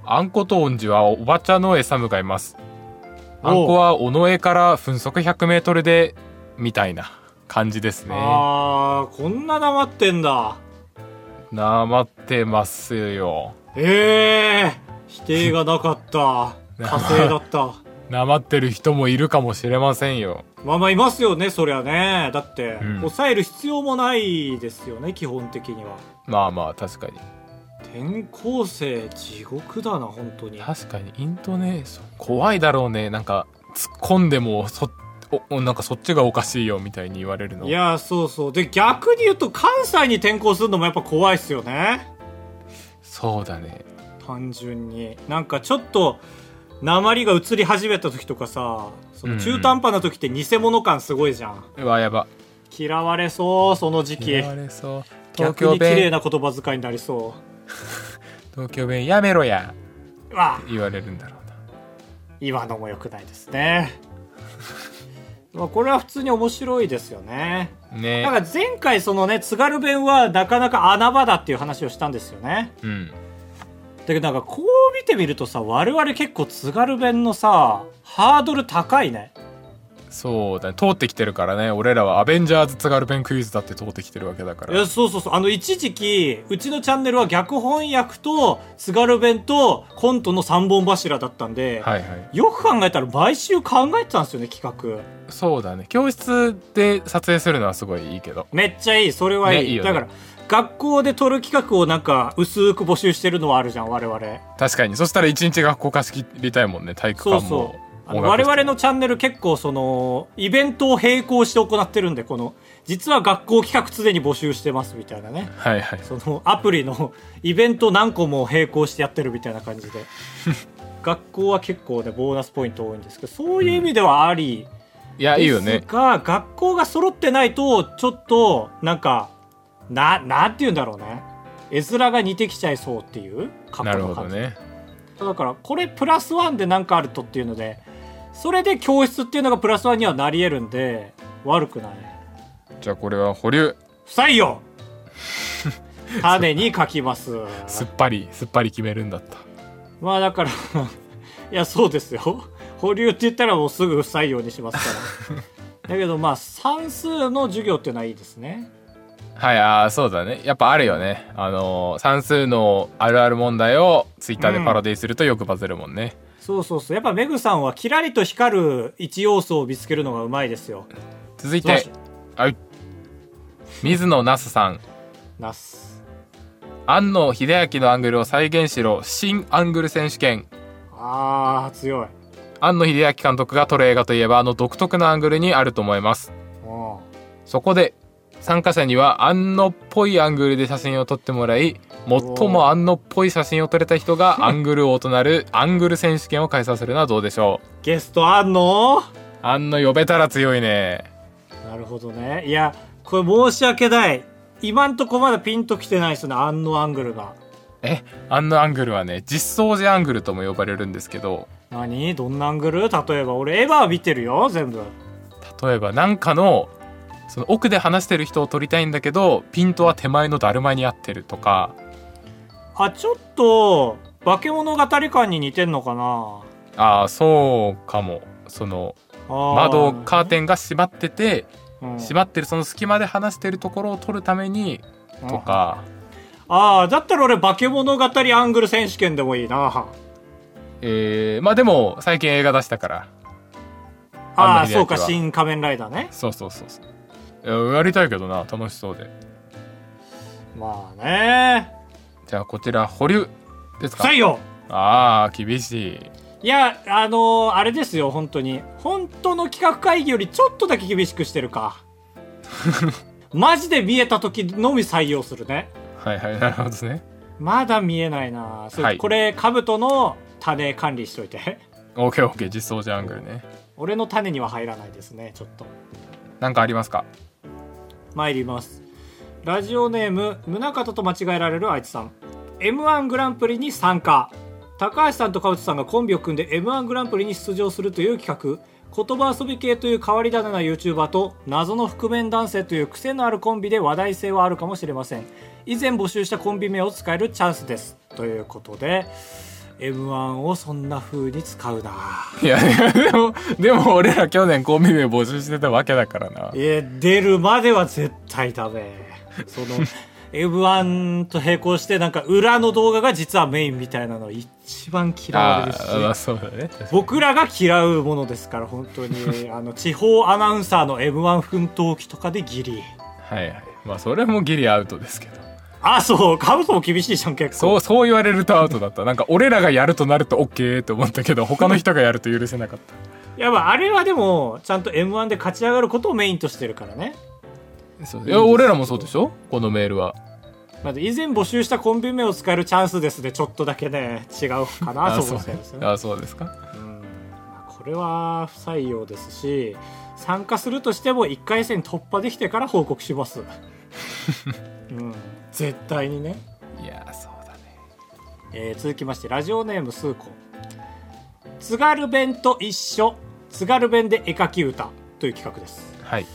Speaker 1: あんことおんじはおばちゃんの餌向かいますあんこは尾上から分速100メートルでみたいな感じです
Speaker 2: ー、
Speaker 1: ね
Speaker 2: あーこんな黙ってんだ
Speaker 1: なまってますよ
Speaker 2: ええ否定がなかった
Speaker 1: (laughs)
Speaker 2: 火星だった
Speaker 1: なまってる人もいるかもしれませんよ
Speaker 2: まあまあいますよねそりゃねだって、
Speaker 1: うん
Speaker 2: 抑える必要もないですよね基本的には
Speaker 1: まあまあ確かに
Speaker 2: 転校生地獄だな本当に
Speaker 1: 確かにイントネーション怖いだろうねなんか突っ込んでもそおおなんかそっちがおかしいよみたいに言われるの
Speaker 2: いやそうそうで逆に言うと関西に転校するのもやっぱ怖いっすよね
Speaker 1: そうだね
Speaker 2: 単純になんかちょっと鉛が移り始めた時とかさその中途半端な時って偽物感すごいじゃん、
Speaker 1: うわやば
Speaker 2: 嫌われそうその時期
Speaker 1: 嫌われそう東
Speaker 2: 逆
Speaker 1: 京
Speaker 2: に綺麗
Speaker 1: 弁
Speaker 2: な言葉遣いになりそ
Speaker 1: 東京弁やめろや
Speaker 2: ううわ
Speaker 1: 言われるんだろうな
Speaker 2: 今のも良くないです
Speaker 1: (laughs)
Speaker 2: ねまあこれは普通に面白いですよね
Speaker 1: ね
Speaker 2: なんか前回そのね津軽弁はなかなか穴場だっていう話をしたんですよね
Speaker 1: うん
Speaker 2: だけどなんかこう見てみるとさ我々結構津軽弁のさハードル高いね
Speaker 1: そうだね通ってきてるからね俺らはアベンジャーズ津軽弁クイズだって通ってきてるわけだか
Speaker 2: い
Speaker 1: ら
Speaker 2: やそうそうそうあの一時期うちのチャンネルは逆翻訳と津軽弁とコントの3本柱だったんで、
Speaker 1: はいはい
Speaker 2: よく考えたら毎週考えてたんですよね企画
Speaker 1: そうだね教室で撮影するのはすごいいいけど
Speaker 2: めっちゃいいそれはいい,、
Speaker 1: ねいいよね
Speaker 2: だから学校で撮る企画をなんか薄く募集してるのはあるじゃん我々
Speaker 1: 確かにそしたら一日学校貸し切りたいもんね体育
Speaker 2: そう
Speaker 1: 館
Speaker 2: そ
Speaker 1: も
Speaker 2: うあの
Speaker 1: 音楽
Speaker 2: 我
Speaker 1: 室も
Speaker 2: 々のチャンネル結構そのイベントを並行して行ってるんでこの実は学校企画常に募集してますみたいなね
Speaker 1: はいはい
Speaker 2: そのアプリのイベント何個も並行してやってるみたいな
Speaker 1: (laughs)
Speaker 2: 感じで学校は結構ねボーナスポイント多いんですけどそういう意味ではあり、
Speaker 1: いやいいよね
Speaker 2: ですが学校が揃ってないとちょっとなんかななんて言うんだろうね絵面が似てきちゃいそうっていう過去
Speaker 1: なる
Speaker 2: の
Speaker 1: ほど
Speaker 2: 感じ、
Speaker 1: ね
Speaker 2: だからこれプラスワンで何かあるとっていうのでそれで教室っていうのがプラスワンにはなり得るんで悪くない
Speaker 1: じゃあこれは保留
Speaker 2: 不採用
Speaker 1: (laughs)
Speaker 2: 種に書きます
Speaker 1: すっぱりすっぱり決めるんだった
Speaker 2: まあだから (laughs) いやそうですよ保留って言ったらもうすぐ不採用にしますからだけどまあ算数の授業っていうのはいいですね
Speaker 1: はい、あーそうだね。やっぱあるよね。あのー算数のあるある問題をツイッターでパロディするとよくバズるもんね。
Speaker 2: そうそうそうやっぱメグさんはキラリと光る一要素を見つけるのがうまいですよ
Speaker 1: 続い
Speaker 2: 素晴ら
Speaker 1: て
Speaker 2: しい、
Speaker 1: はい。水野那須さん。
Speaker 2: ナス
Speaker 1: 庵野秀明のアングルを再現しろ。新アングル選手権。
Speaker 2: あー強い
Speaker 1: 庵野秀明監督が撮る映画といえばあの独特なアングルにあると思います。
Speaker 2: うん
Speaker 1: そこで、参加者には庵野っぽいアングルで写真を撮ってもらい、最も庵野っぽい写真を撮れた人がアングル王となるアングル選手権を開催するのはどうでしょう
Speaker 2: ゲストあんの
Speaker 1: あんの呼べたら強いね。
Speaker 2: なるほどねいやこれ申し訳ない今んとこまだピンときてないですねあんのアングルが
Speaker 1: え、あんのアングルはね、実装時アングルとも呼ばれるんですけど、
Speaker 2: 何どんなアングル例えば俺エヴァ見てるよ全部
Speaker 1: 例えばなんかの、その奥で話してる人を撮りたいんだけど、ピントは手前のだるまに合ってるとか、
Speaker 2: あちょっと化け物語感に似てんのかな
Speaker 1: ああ、そうかも。その、
Speaker 2: あー
Speaker 1: 窓、カーテンが閉まってて、
Speaker 2: うん
Speaker 1: 閉まってるその隙間で話してるところを撮るために、とか、
Speaker 2: ああだったら俺化け物語アングル選手権でもいいな
Speaker 1: えー、まあでも、最近映画出したから。
Speaker 2: あ
Speaker 1: あ
Speaker 2: あ
Speaker 1: んな
Speaker 2: そうか
Speaker 1: 秀明は
Speaker 2: 新仮面ライダーね
Speaker 1: そうそうそうそういや。やりたいけどな、楽しそうで。
Speaker 2: まあね
Speaker 1: じゃあこちら、保留です
Speaker 2: 不
Speaker 1: か
Speaker 2: 採用
Speaker 1: ああ厳しい
Speaker 2: いやあのーあれですよ本当に本当の企画会議よりちょっとだ
Speaker 1: (laughs)
Speaker 2: け厳しくしてるかマジで見えた時のみ採用するね
Speaker 1: はいはいなるほどね
Speaker 2: まだ見えないなそれ、
Speaker 1: はい
Speaker 2: これ兜の種管理しといて
Speaker 1: OKOK 実装ジャングルね
Speaker 2: 俺の種には入らないですねちょっと
Speaker 1: なんかありますか
Speaker 2: 参りますラジオネーム宗像と間違えられるあいつさん m 1グランプリに参加高橋さんと川内さんがコンビを組んで m 1グランプリに出場するという企画言葉遊び系という変わり種な YouTuber と謎の覆面男性という癖のあるコンビで話題性はあるかもしれません以前募集したコンビ名を使えるチャンスですということで m 1をそんな風に使うない
Speaker 1: やでもでも俺ら去年コンビ名募集してたわけだからな
Speaker 2: えー出るまでは絶対ダメ
Speaker 1: (laughs)
Speaker 2: その M1 と並行してなんか裏の動画が実はメインみたいなの一番嫌われるし
Speaker 1: あーまあそうだね
Speaker 2: 僕らが嫌うものですから本当
Speaker 1: (laughs)
Speaker 2: にあの地方アナウンサーの M1 奮闘記とかでギリ
Speaker 1: はいはいまあそれもギリアウトですけど
Speaker 2: あそうカブトも厳しいじゃん結
Speaker 1: そ
Speaker 2: 構
Speaker 1: うそう言われるとアウトだったなんか俺らがやるとなると OK と思ったけど他の人がやると許せなかった
Speaker 2: いやまああれはでもちゃんと M1 で勝ち上がることをメインとしてるからね
Speaker 1: いや俺らもそうでしょこのメールは
Speaker 2: まあ以前募集したコンビ名を使えるチャンスですでちょっとだけね違うかなと思ってるんですよね
Speaker 1: あそうですか
Speaker 2: うんまあこれは不採用ですし参加するとしても1回戦突破できてから報告します、うん、絶対にね、
Speaker 1: いやそうだね
Speaker 2: えー続きましてラジオネームスーコ津軽弁と一緒津軽弁で絵描き歌という企画です
Speaker 1: はい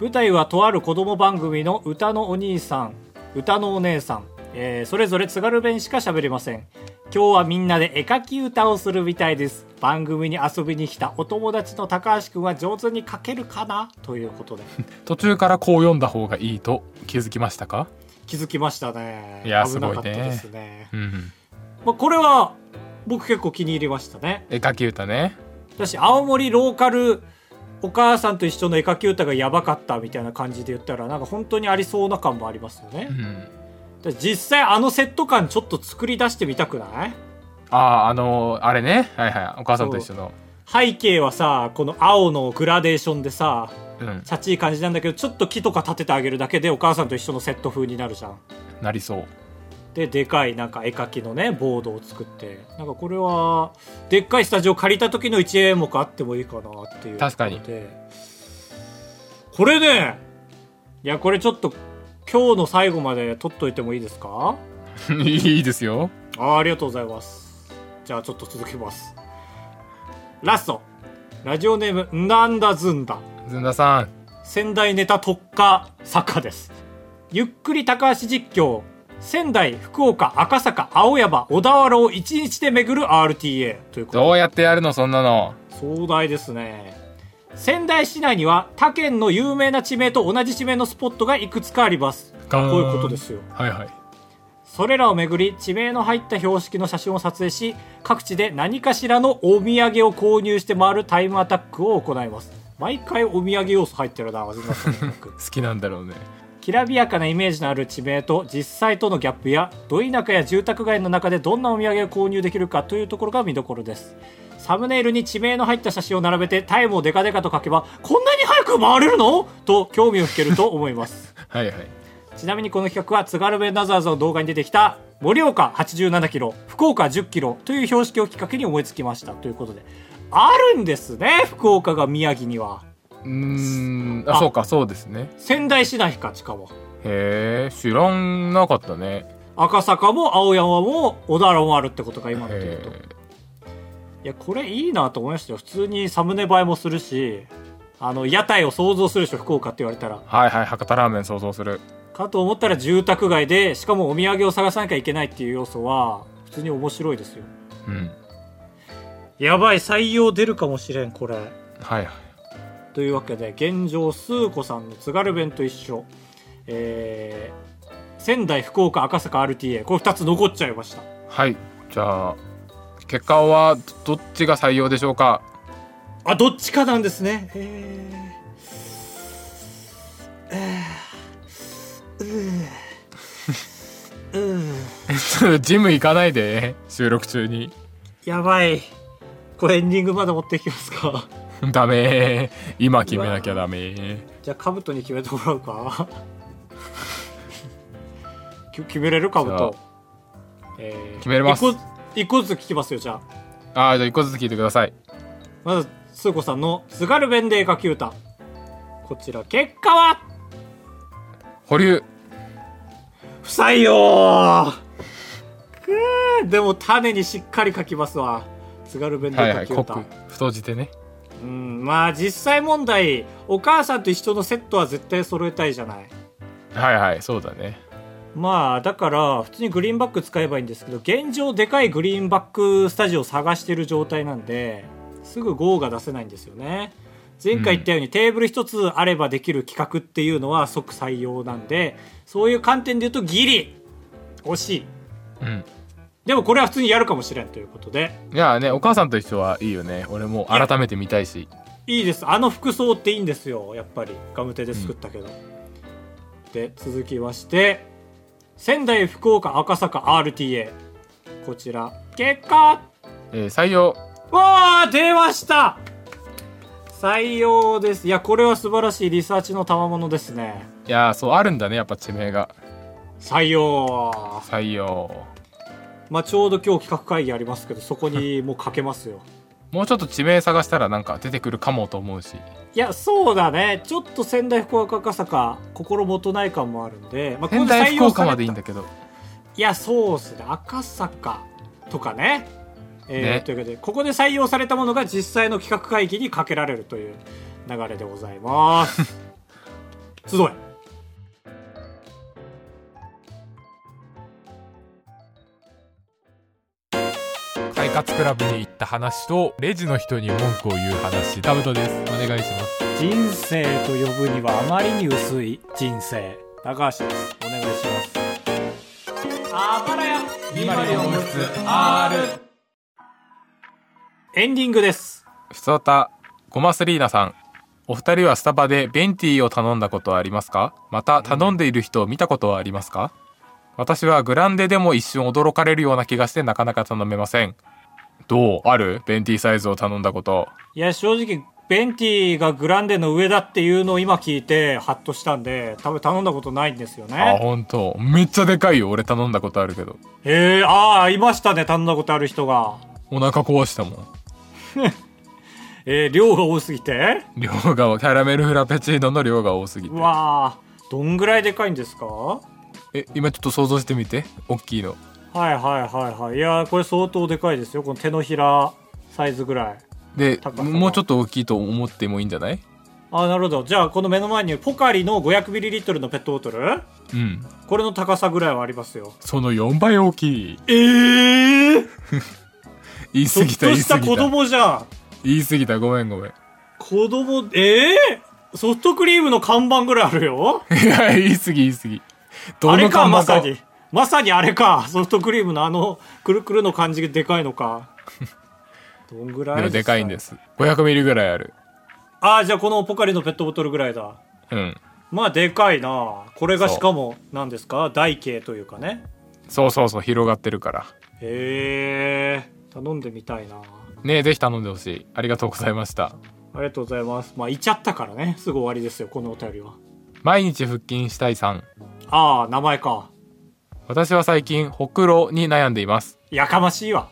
Speaker 2: 舞台はとある子供番組の歌のお兄さん歌のお姉さん、えーそれぞれ津軽弁しか喋れません今日はみんなで絵描き歌をするみたいです番組に遊びに来たお友達の高橋くんは上手に描けるかなということで
Speaker 1: 途中からこう読んだ方がいいと気づきましたか
Speaker 2: 気づきましたね
Speaker 1: (laughs) いや
Speaker 2: 危なかったですね
Speaker 1: うん
Speaker 2: まあ、これは僕結構気に入りましたね
Speaker 1: 絵描き歌ね
Speaker 2: だし青森ローカルお母さんと一緒の絵描き歌がやばかったみたいな感じで言ったらなんか本当にありそうな感もありますよね、
Speaker 1: うん
Speaker 2: だから実際あのセット感ちょっと作り出してみたくない
Speaker 1: あああのーあれねはいはいお母さんと一緒の
Speaker 2: 背景はさこの青のグラデーションでさ
Speaker 1: うん
Speaker 2: チャチい感じなんだけどちょっと木とか立ててあげるだけでお母さんと一緒のセット風になるじゃん
Speaker 1: なりそう
Speaker 2: ででかいなんか絵描きのねボードを作ってなんかこれはでっかいスタジオ借りた時の一演目あってもいいかなっていう
Speaker 1: 確かに (laughs)
Speaker 2: でこれねいやこれちょっと今日の最後まで撮っといてもいいですか
Speaker 1: いいですよ
Speaker 2: あーありがとうございますじゃあちょっと続けますラストラジオネームなんだずんだ
Speaker 1: ずんださん
Speaker 2: 仙台ネタ特化作家ですゆっくり高橋実況仙台福岡赤坂青山小田原を1日で巡る RTA ということ
Speaker 1: どうやってやるのそんなの
Speaker 2: 壮大ですね仙台市内には他県の有名な地名と同じ地名のスポットがいくつかありますこう
Speaker 1: ガーン
Speaker 2: いうことですよ
Speaker 1: はいはい
Speaker 2: それらをめぐり地名の入った標識の写真を撮影し各地で何かしらのお土産を購入して回るタイムアタックを行います毎回お土産要素入ってるなずんださんの企画
Speaker 1: 好きなんだろうね
Speaker 2: (laughs) きらびやかなイメージのある地名と実際とのギャップやど田舎や住宅街の中でどんなお土産を購入できるかというところが見どころですサムネイルに地名の入った写真を並べてタイムをデカデカと書けばこんなに早く回れるのと興味を引けると思います
Speaker 1: はいはい
Speaker 2: ちなみにこの企画は津軽弁ナザーズの動画に出てきた盛岡87キロ福岡10キロという標識をきっかけに思いつきましたということであるんですね福岡が宮城には
Speaker 1: うーん
Speaker 2: あ
Speaker 1: あそうかそうですね
Speaker 2: 仙台市内かしかも
Speaker 1: へえ知らんなかったね
Speaker 2: 赤坂も青山も小田原もあるってことか今のって
Speaker 1: へ
Speaker 2: ことい
Speaker 1: ー
Speaker 2: やこれいいなと思いましたよ普通にサムネ映えもするしあの屋台を想像するでしょ福岡って言われたら
Speaker 1: はいはい博多ラーメン想像する
Speaker 2: かと思ったら住宅街でしかもお土産を探さなきゃいけないっていう要素は普通に面白いですよ
Speaker 1: うん
Speaker 2: やばい採用出るかもしれんこれ
Speaker 1: はいはい
Speaker 2: というわけで現状スー子さんの津軽弁と一緒えー、仙台福岡赤坂 RTA これ2つ残っちゃいました
Speaker 1: はいじゃあ結果はどどっちが採用でしょうか (laughs)
Speaker 2: あどっちかなんですねえーえーうーうーうー
Speaker 1: ちょっとジム行かないで収録中に
Speaker 2: やばいこれエンディングまで持ってきますか (laughs)
Speaker 1: ダメ今決めなきゃダメ
Speaker 2: じゃあ兜に決めてもらうか (laughs) き決めれるかぶと
Speaker 1: じ、
Speaker 2: えー
Speaker 1: 決めれます
Speaker 2: 一個一個ずつ聞きますよじゃあ
Speaker 1: ああじゃあ一個ずつ聞いてください
Speaker 2: まずスー子さんの「津軽弁で描き歌」こちら結果は
Speaker 1: 保留
Speaker 2: 不採用くーでも種にしっかり書きますわ津軽弁で
Speaker 1: はいは
Speaker 2: 書
Speaker 1: い
Speaker 2: き
Speaker 1: 濃
Speaker 2: 歌、
Speaker 1: く太じてね
Speaker 2: うんまあ実際問題お母さんと一緒のセットは絶対揃えたいじゃない
Speaker 1: はいはいそうだね
Speaker 2: まあだから普通にグリーンバック使えばいいんですけど現状でかいグリーンバックスタジオを探してる状態なんですぐ GO が出せないんですよね前回言ったようにテーブル一つあればできる企画っていうのは即採用なんでそういう観点で言うとギリ惜しい
Speaker 1: うん
Speaker 2: でもこれは普通にやるかもしれんということで
Speaker 1: いやねお母さんと一緒はいいよね俺も改めて見たいし
Speaker 2: いいですあの服装っていいんですよやっぱりガムテで作ったけど、で続きまして仙台福岡赤坂 RTA こちら結果
Speaker 1: えー採用
Speaker 2: わあ出ました採用ですいやこれは素晴らしいリサーチの賜物ですね
Speaker 1: いやーそうあるんだねやっぱ地名が
Speaker 2: 採用
Speaker 1: 採用
Speaker 2: まあちょうど今日企画会議ありますけどそこにもうかけます
Speaker 1: (laughs)
Speaker 2: よ
Speaker 1: もうちょっと地名探したらなんか出てくるかもと思うし
Speaker 2: いやそうだねちょっと仙台福岡赤坂心もとない感もあるんで、まあ、
Speaker 1: 仙台福岡までいいん
Speaker 2: だ
Speaker 1: だけど
Speaker 2: いやそうっすね赤坂とかねえー
Speaker 1: ね
Speaker 2: というわけでここで採用されたものが実際の企画会議にかけられるという流れでございます (laughs) 集え
Speaker 1: 快活クラブに行った話とレジの人に文句を言う話タブトですお願いします
Speaker 2: 人生と呼ぶにはあまりに薄い人生高橋ですお願いしますあばらやエンディングです
Speaker 1: ふつおたごますりーなさんお二人はスタバでベンティーを頼んだことはありますかまた頼んでいる人を見たことはありますか私はグランデでも一瞬驚かれるような気がしてなかなか頼めませんどうあるベンティーサイズを頼んだこと
Speaker 2: いや正直ベンティがグランデの上だっていうのを今聞いてハッとしたんで多分頼んだことないんですよ
Speaker 1: あ
Speaker 2: ね
Speaker 1: 本当めっちゃでかいよ俺頼んだことあるけど
Speaker 2: へえああいましたね頼んだことある人が
Speaker 1: お腹壊したもん
Speaker 2: えー、量が多すぎて
Speaker 1: 量がキャラメルフラペチーノの量が多すぎて
Speaker 2: うわあどんぐらいでかいんですかは
Speaker 1: え今ちょっと想像してみて大きいの
Speaker 2: いはいはいはいいやーこれ相当でかいですよこの手のひらサイズぐらい
Speaker 1: で
Speaker 2: 高さが
Speaker 1: もうちょっと大きいと思ってもいいんじゃない
Speaker 2: あなるほどじゃあこの目の前にポカリの 500ml のペットボトル
Speaker 1: うん
Speaker 2: これの高さぐらいはありますよ
Speaker 1: その4倍大きい
Speaker 2: ええー、
Speaker 1: 言い
Speaker 2: ちょ
Speaker 1: 過
Speaker 2: っ
Speaker 1: ぎた
Speaker 2: と
Speaker 1: 言い
Speaker 2: した
Speaker 1: 過ぎ
Speaker 2: 子
Speaker 1: た
Speaker 2: 供じゃん
Speaker 1: 言い過ぎたごめんご (laughs) めん
Speaker 2: 子供ええー、ソフトクリームの看板ぐらいあるよ
Speaker 1: いや言い過ぎ言い過ぎ
Speaker 2: あ
Speaker 1: (laughs) ど
Speaker 2: れ
Speaker 1: の
Speaker 2: か
Speaker 1: 看
Speaker 2: ま
Speaker 1: 板
Speaker 2: さ
Speaker 1: か
Speaker 2: にまさにあれかソフトクリームのあのくるくるの感じがでかいの
Speaker 1: (laughs)
Speaker 2: かどんぐら
Speaker 1: で
Speaker 2: い
Speaker 1: もでかいんですす500ミリぐらいある
Speaker 2: ああじゃあこのポカリのペットボトルぐらいだ
Speaker 1: うん
Speaker 2: まあでかいなこれが
Speaker 1: そう
Speaker 2: しかも何ですか台形というかね
Speaker 1: そうそうそう広がってるから
Speaker 2: へえ頼んでみたいな
Speaker 1: ねえぜひ頼んでほしいありがとうございました
Speaker 2: ありがとうございますまあいちゃったからねすぐ終わりですよこのお便りは
Speaker 1: 毎日腹筋したいさん
Speaker 2: ああ名前か
Speaker 1: 私は最近ほくろに悩んでいます
Speaker 2: やかましいわ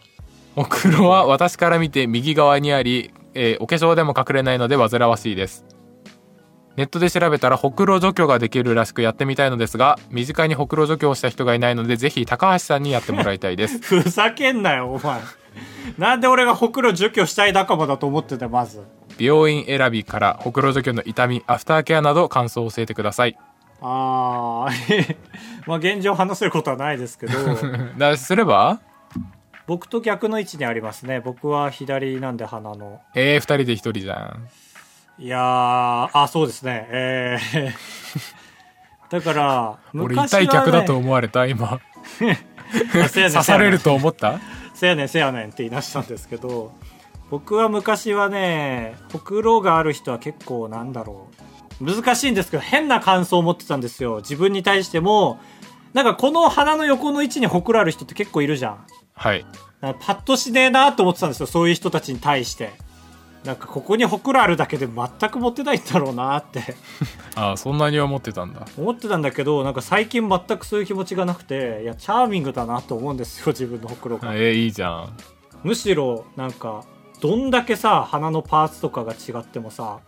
Speaker 1: ほくろは私から見て右側にあり、えーお化粧でも隠れないので煩わしいですネットで調べたらほくろ除去ができるらしくやってみたいのですが身近にほくろ除去をした人がいないのでぜひ高橋さんにやってもらいたいです
Speaker 2: (laughs) ふざけんなよお前なんで俺がほくろ除去したい仲間だと思ってたまず
Speaker 1: 病院選びからほくろ除去の痛みアフターケアなど感想を教えてください (laughs)
Speaker 2: あー (laughs) まあ現状話せることはないで
Speaker 1: (laughs)
Speaker 2: すけど
Speaker 1: だすれば
Speaker 2: 僕と逆の位置にありますね僕は左なんで鼻の
Speaker 1: えー、2人で1人じゃん
Speaker 2: いやーあそうですねえー (laughs) だから
Speaker 1: 俺
Speaker 2: 昔は、ね、
Speaker 1: 痛い客だと思われた今 (laughs)
Speaker 2: あせやねん
Speaker 1: 刺されると思った
Speaker 2: せやねんせやねんって言い出したんですけど僕は昔はねほくろがある人は結構なんだろう難しいんですけど変な感想を持ってたんですよ自分に対してもなんかこの鼻の横の位置にほくろある人って結構いるじゃん
Speaker 1: はい
Speaker 2: なんかパッとしねえなと思ってたんですよそういう人たちに対してなんかここにほくろあるだけで全く持ってないんだろうなって (laughs)
Speaker 1: ああそんなには持ってたんだ
Speaker 2: 思ってたんだけどなんか最近全くそういう気持ちがなくていやチャーミングだなと思うんですよ自分のほくろ
Speaker 1: え
Speaker 2: が、
Speaker 1: ーいいじゃん
Speaker 2: むしろなんかどんだけさ鼻のパーツとかが違ってもさ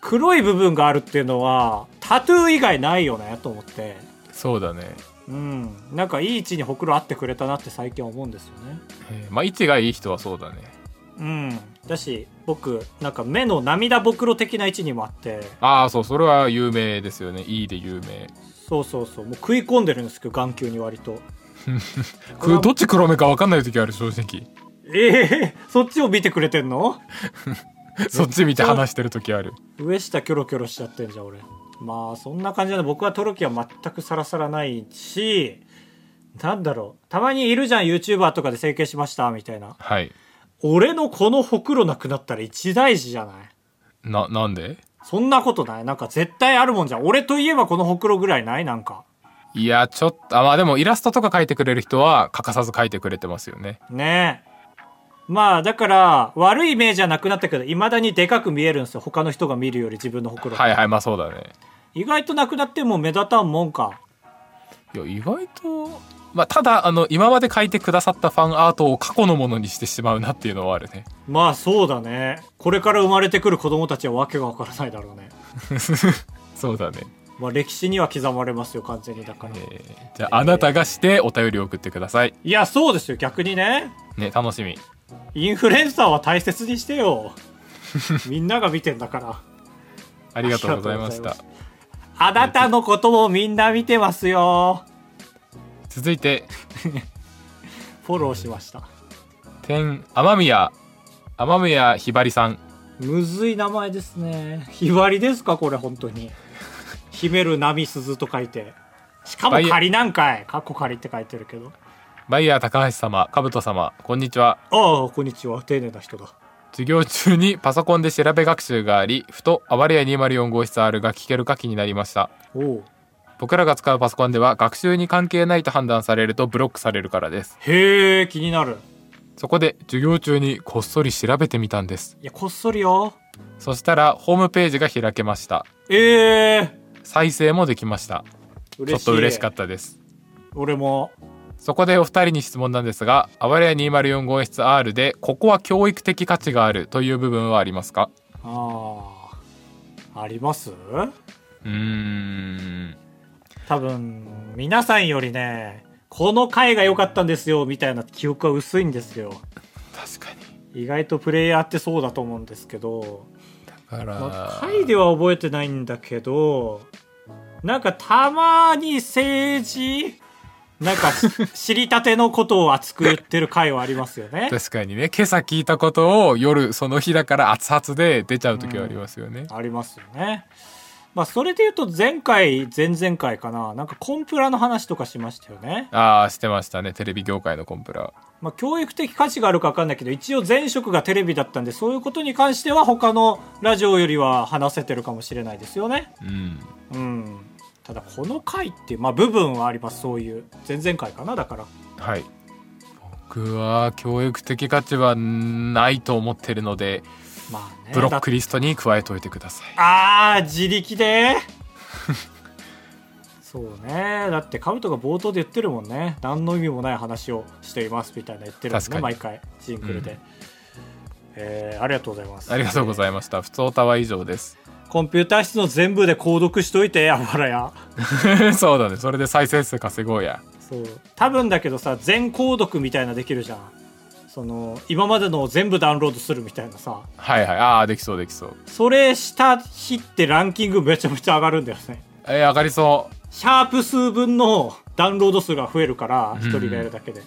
Speaker 2: 黒い部分があるっていうのはタトゥー以外ないよねと思って
Speaker 1: そうだね、
Speaker 2: うんなんかいい位置にほくろあってくれたなって最近思うんですよね
Speaker 1: えーまあ位置がいい人はそうだね
Speaker 2: うんだし僕なんか目の涙ぼくろ的な位置にもあって
Speaker 1: ああそうそれは有名ですよねいいで有名
Speaker 2: そうそうそうもう食い込んでるんですけど眼球に割と
Speaker 1: くどっち黒目か分かんない時ある正直
Speaker 2: ええそっちを見てくれてんの
Speaker 1: そっち見て話してる時ある
Speaker 2: 上下キョロキョロしちゃってんじゃん俺まあそんな感じなんで僕はトロキは全くサラサラないしなんだろうたまにいるじゃん YouTuber とかで整形しましたみたいな
Speaker 1: はい
Speaker 2: 俺のこのほくろなくなったら一大事じゃない
Speaker 1: ななんで
Speaker 2: そんなことないなんか絶対あるもんじゃん俺といえばこのほくろぐらいないなんか
Speaker 1: いやちょっとあまあでもイラストとか描いてくれる人は欠かさず描いてくれてますよね
Speaker 2: ねえまあだから悪いイメージはなくなったけどいまだにでかく見えるんですよ他の人が見るより自分のほくろ、
Speaker 1: はいはいまあそうだね
Speaker 2: 意外となくなっても目立たんもんか
Speaker 1: いや意外とまあただあの今まで描いてくださったファンアートを過去のものにしてしまうなっていうのはあるね (laughs)
Speaker 2: まあそうだねこれから生まれてくる子供たちはわけがわからないだろうね
Speaker 1: そうだね、
Speaker 2: まあ歴史には刻まれますよ完全にだから、
Speaker 1: えーじゃああなたがしてお便りを送ってください
Speaker 2: いやそうですよ逆にね
Speaker 1: ね楽しみ
Speaker 2: インフルエンサーは大切にして (laughs) よみんなが見てんだから
Speaker 1: ありがとうございました
Speaker 2: ありがとうあなたのこともみんな見てますよ
Speaker 1: 続いて
Speaker 2: フォローしました
Speaker 1: 天雨宮雨宮ひばりさん
Speaker 2: むずい名前ですねひばりですかこれ本当に秘める波鈴と書いてしかも仮なんかいかっこ仮って書いてるけど
Speaker 1: バイヤー高橋様かぶと様こんにちは
Speaker 2: ああこんにちは丁寧な人だ
Speaker 1: 授業中にパソコンで調べ学習がありふと「あわれや204号室 R」が聞けるか気になりました
Speaker 2: おお
Speaker 1: 僕らが使うパソコンでは学習に関係ないと判断されるとブロックされるからです
Speaker 2: へえ気になる
Speaker 1: そこで授業中にこっそり調べてみたんです
Speaker 2: いやこっそりよ
Speaker 1: そしたらホームページが開けました
Speaker 2: ええ
Speaker 1: 再生もできました
Speaker 2: ー、
Speaker 1: ちょ
Speaker 2: 嬉
Speaker 1: っと嬉しか
Speaker 2: っ
Speaker 1: ったです
Speaker 2: た俺も
Speaker 1: そこでお二人に質問なんですが「あわれや204号室 R」でここは教育的価値があるという部分はありますか
Speaker 2: あああります
Speaker 1: うーん
Speaker 2: 多分皆さんよりねこの回が良かったんですよみたいな記憶は薄いんですよ
Speaker 1: 確かに
Speaker 2: 意外とプレイヤーってそうだと思うんですけど
Speaker 1: だから、
Speaker 2: まあ、回では覚えてないんだけどなんかたまに政治なんか
Speaker 1: (laughs)
Speaker 2: 知りたてのことを熱く言ってる回はありますよね
Speaker 1: 確かにね今朝聞いたことを夜その日だから熱々で出ちゃう時はありますよね、
Speaker 2: ありますよねまあそれで言うと前回前々回かななんかコンプラの話とかしましたよね
Speaker 1: ああしてましたねテレビ業界のコンプラ
Speaker 2: まあ教育的価値があるか分かんないけど一応前職がテレビだったんでそういうことに関しては他のラジオよりは話せてるかもしれないですよね
Speaker 1: うん
Speaker 2: うんただこの回っていうまあ部分はありますそういう前々回かなだから
Speaker 1: はい僕は教育的価値はないと思ってるので
Speaker 2: まあね
Speaker 1: ブロッ
Speaker 2: だ
Speaker 1: クリストに加えておいてください
Speaker 2: ああ自
Speaker 1: (laughs)
Speaker 2: 力でそうねだってカブトが冒頭で言ってるもんね何の意味もない話をしていますみたいな言ってるもん
Speaker 1: 確か
Speaker 2: ね
Speaker 1: に
Speaker 2: 毎回シンクルで、
Speaker 1: う
Speaker 2: えーありがとうございます
Speaker 1: ありがとうございました普通歌は以上です
Speaker 2: コンピューター室の全部で購読しといてあばらや
Speaker 1: (laughs) そうだねそれで再生数稼ごうや
Speaker 2: そう多分だけどさ全購読みたいなできるじゃんその今までのを全部ダウンロードするみたいなさ
Speaker 1: はいはいああできそうできそう
Speaker 2: それした日ってランキングめちゃめちゃ上がるんだよね
Speaker 1: えー上がりそ
Speaker 2: シャープ数分のダウンロード数が増えるから
Speaker 1: うん
Speaker 2: 1人がやるだけで、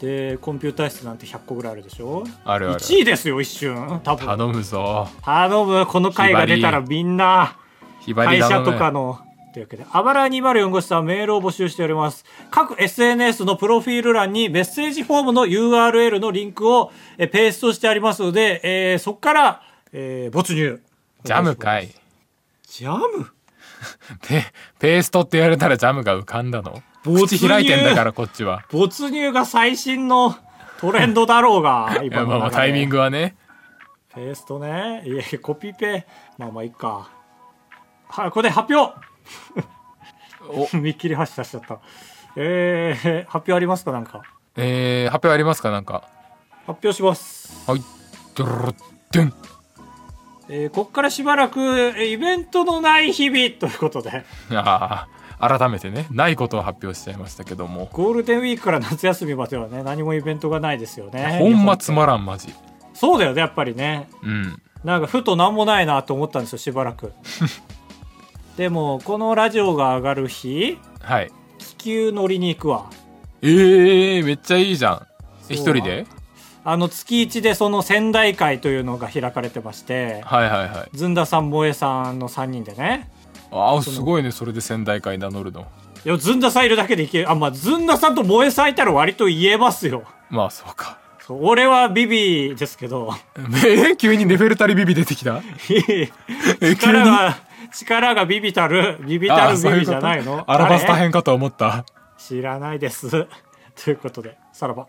Speaker 2: でコンピューター室なんて100個ぐらいあるでしょ
Speaker 1: うあるある
Speaker 2: 1位ですよ一瞬多分
Speaker 1: 頼むぞ
Speaker 2: 頼むこの回が出たら
Speaker 1: ひ
Speaker 2: みんな
Speaker 1: ひばり
Speaker 2: 会
Speaker 1: だ
Speaker 2: 社とかのというわけで、あばら204号室はメールを募集しております。各 SNS のプロフィール欄にメッセージフォームの URL のリンクをえペーストしてありますので、えーそこから、えー没入。
Speaker 1: ジャムかい
Speaker 2: ジャム
Speaker 1: ペペーストって言われたらジャムが浮かんだの
Speaker 2: 没入
Speaker 1: 口開いてんだからこっち
Speaker 2: (laughs)
Speaker 1: は
Speaker 2: 没入が最新のトレンドだろう
Speaker 1: (laughs)
Speaker 2: が、
Speaker 1: い
Speaker 2: 今
Speaker 1: や
Speaker 2: の
Speaker 1: まあまあ
Speaker 2: 中
Speaker 1: タ
Speaker 2: で
Speaker 1: イミングはね
Speaker 2: ペーストねいやいやコピペまあまあいいかはいここで発表
Speaker 1: お
Speaker 2: (laughs) 見切り発車しちゃったえー、発表ありますかなんか
Speaker 1: えー、発表ありますかなんか
Speaker 2: 発表します
Speaker 1: はいドゥルルドゥン
Speaker 2: えー、ここからしばらくえーイベントのない日々ということで
Speaker 1: あー改めてねないことを発表しちゃいましたけども
Speaker 2: ゴールデンウィークから夏休みまではね何もイベントがないですよね
Speaker 1: ほんまつまらんマジ
Speaker 2: そうだよねやっぱりね
Speaker 1: うん
Speaker 2: なんかふと何もないなと思ったんですよしば
Speaker 1: (laughs)
Speaker 2: らくでもこのラジオが上がる日
Speaker 1: はい
Speaker 2: 気球乗りに行くわ
Speaker 1: えー、めっちゃいいじゃんえ一
Speaker 2: そう
Speaker 1: 人で
Speaker 2: あの月1でその仙台会というのが開かれてまして
Speaker 1: はいはいはい
Speaker 2: ずんださん萌えさんの3人でね
Speaker 1: ああすごいねそれで仙台会名乗るの
Speaker 2: いやずんださんいるだけでいけるあまあずんださんと萌えさんいたら割と言えますよ
Speaker 1: まあそうか (laughs)
Speaker 2: そう俺はビビですけど
Speaker 1: え急にレベルたりビビ出てきたえ急に
Speaker 2: 力が力がビビたるビビた
Speaker 1: あ
Speaker 2: る
Speaker 1: ーそうい
Speaker 2: ビ
Speaker 1: う
Speaker 2: ビ
Speaker 1: こ
Speaker 2: じ
Speaker 1: と
Speaker 2: ゃないの
Speaker 1: アラバスタ
Speaker 2: 誰
Speaker 1: 編かと思った
Speaker 2: 知らないですということでさらば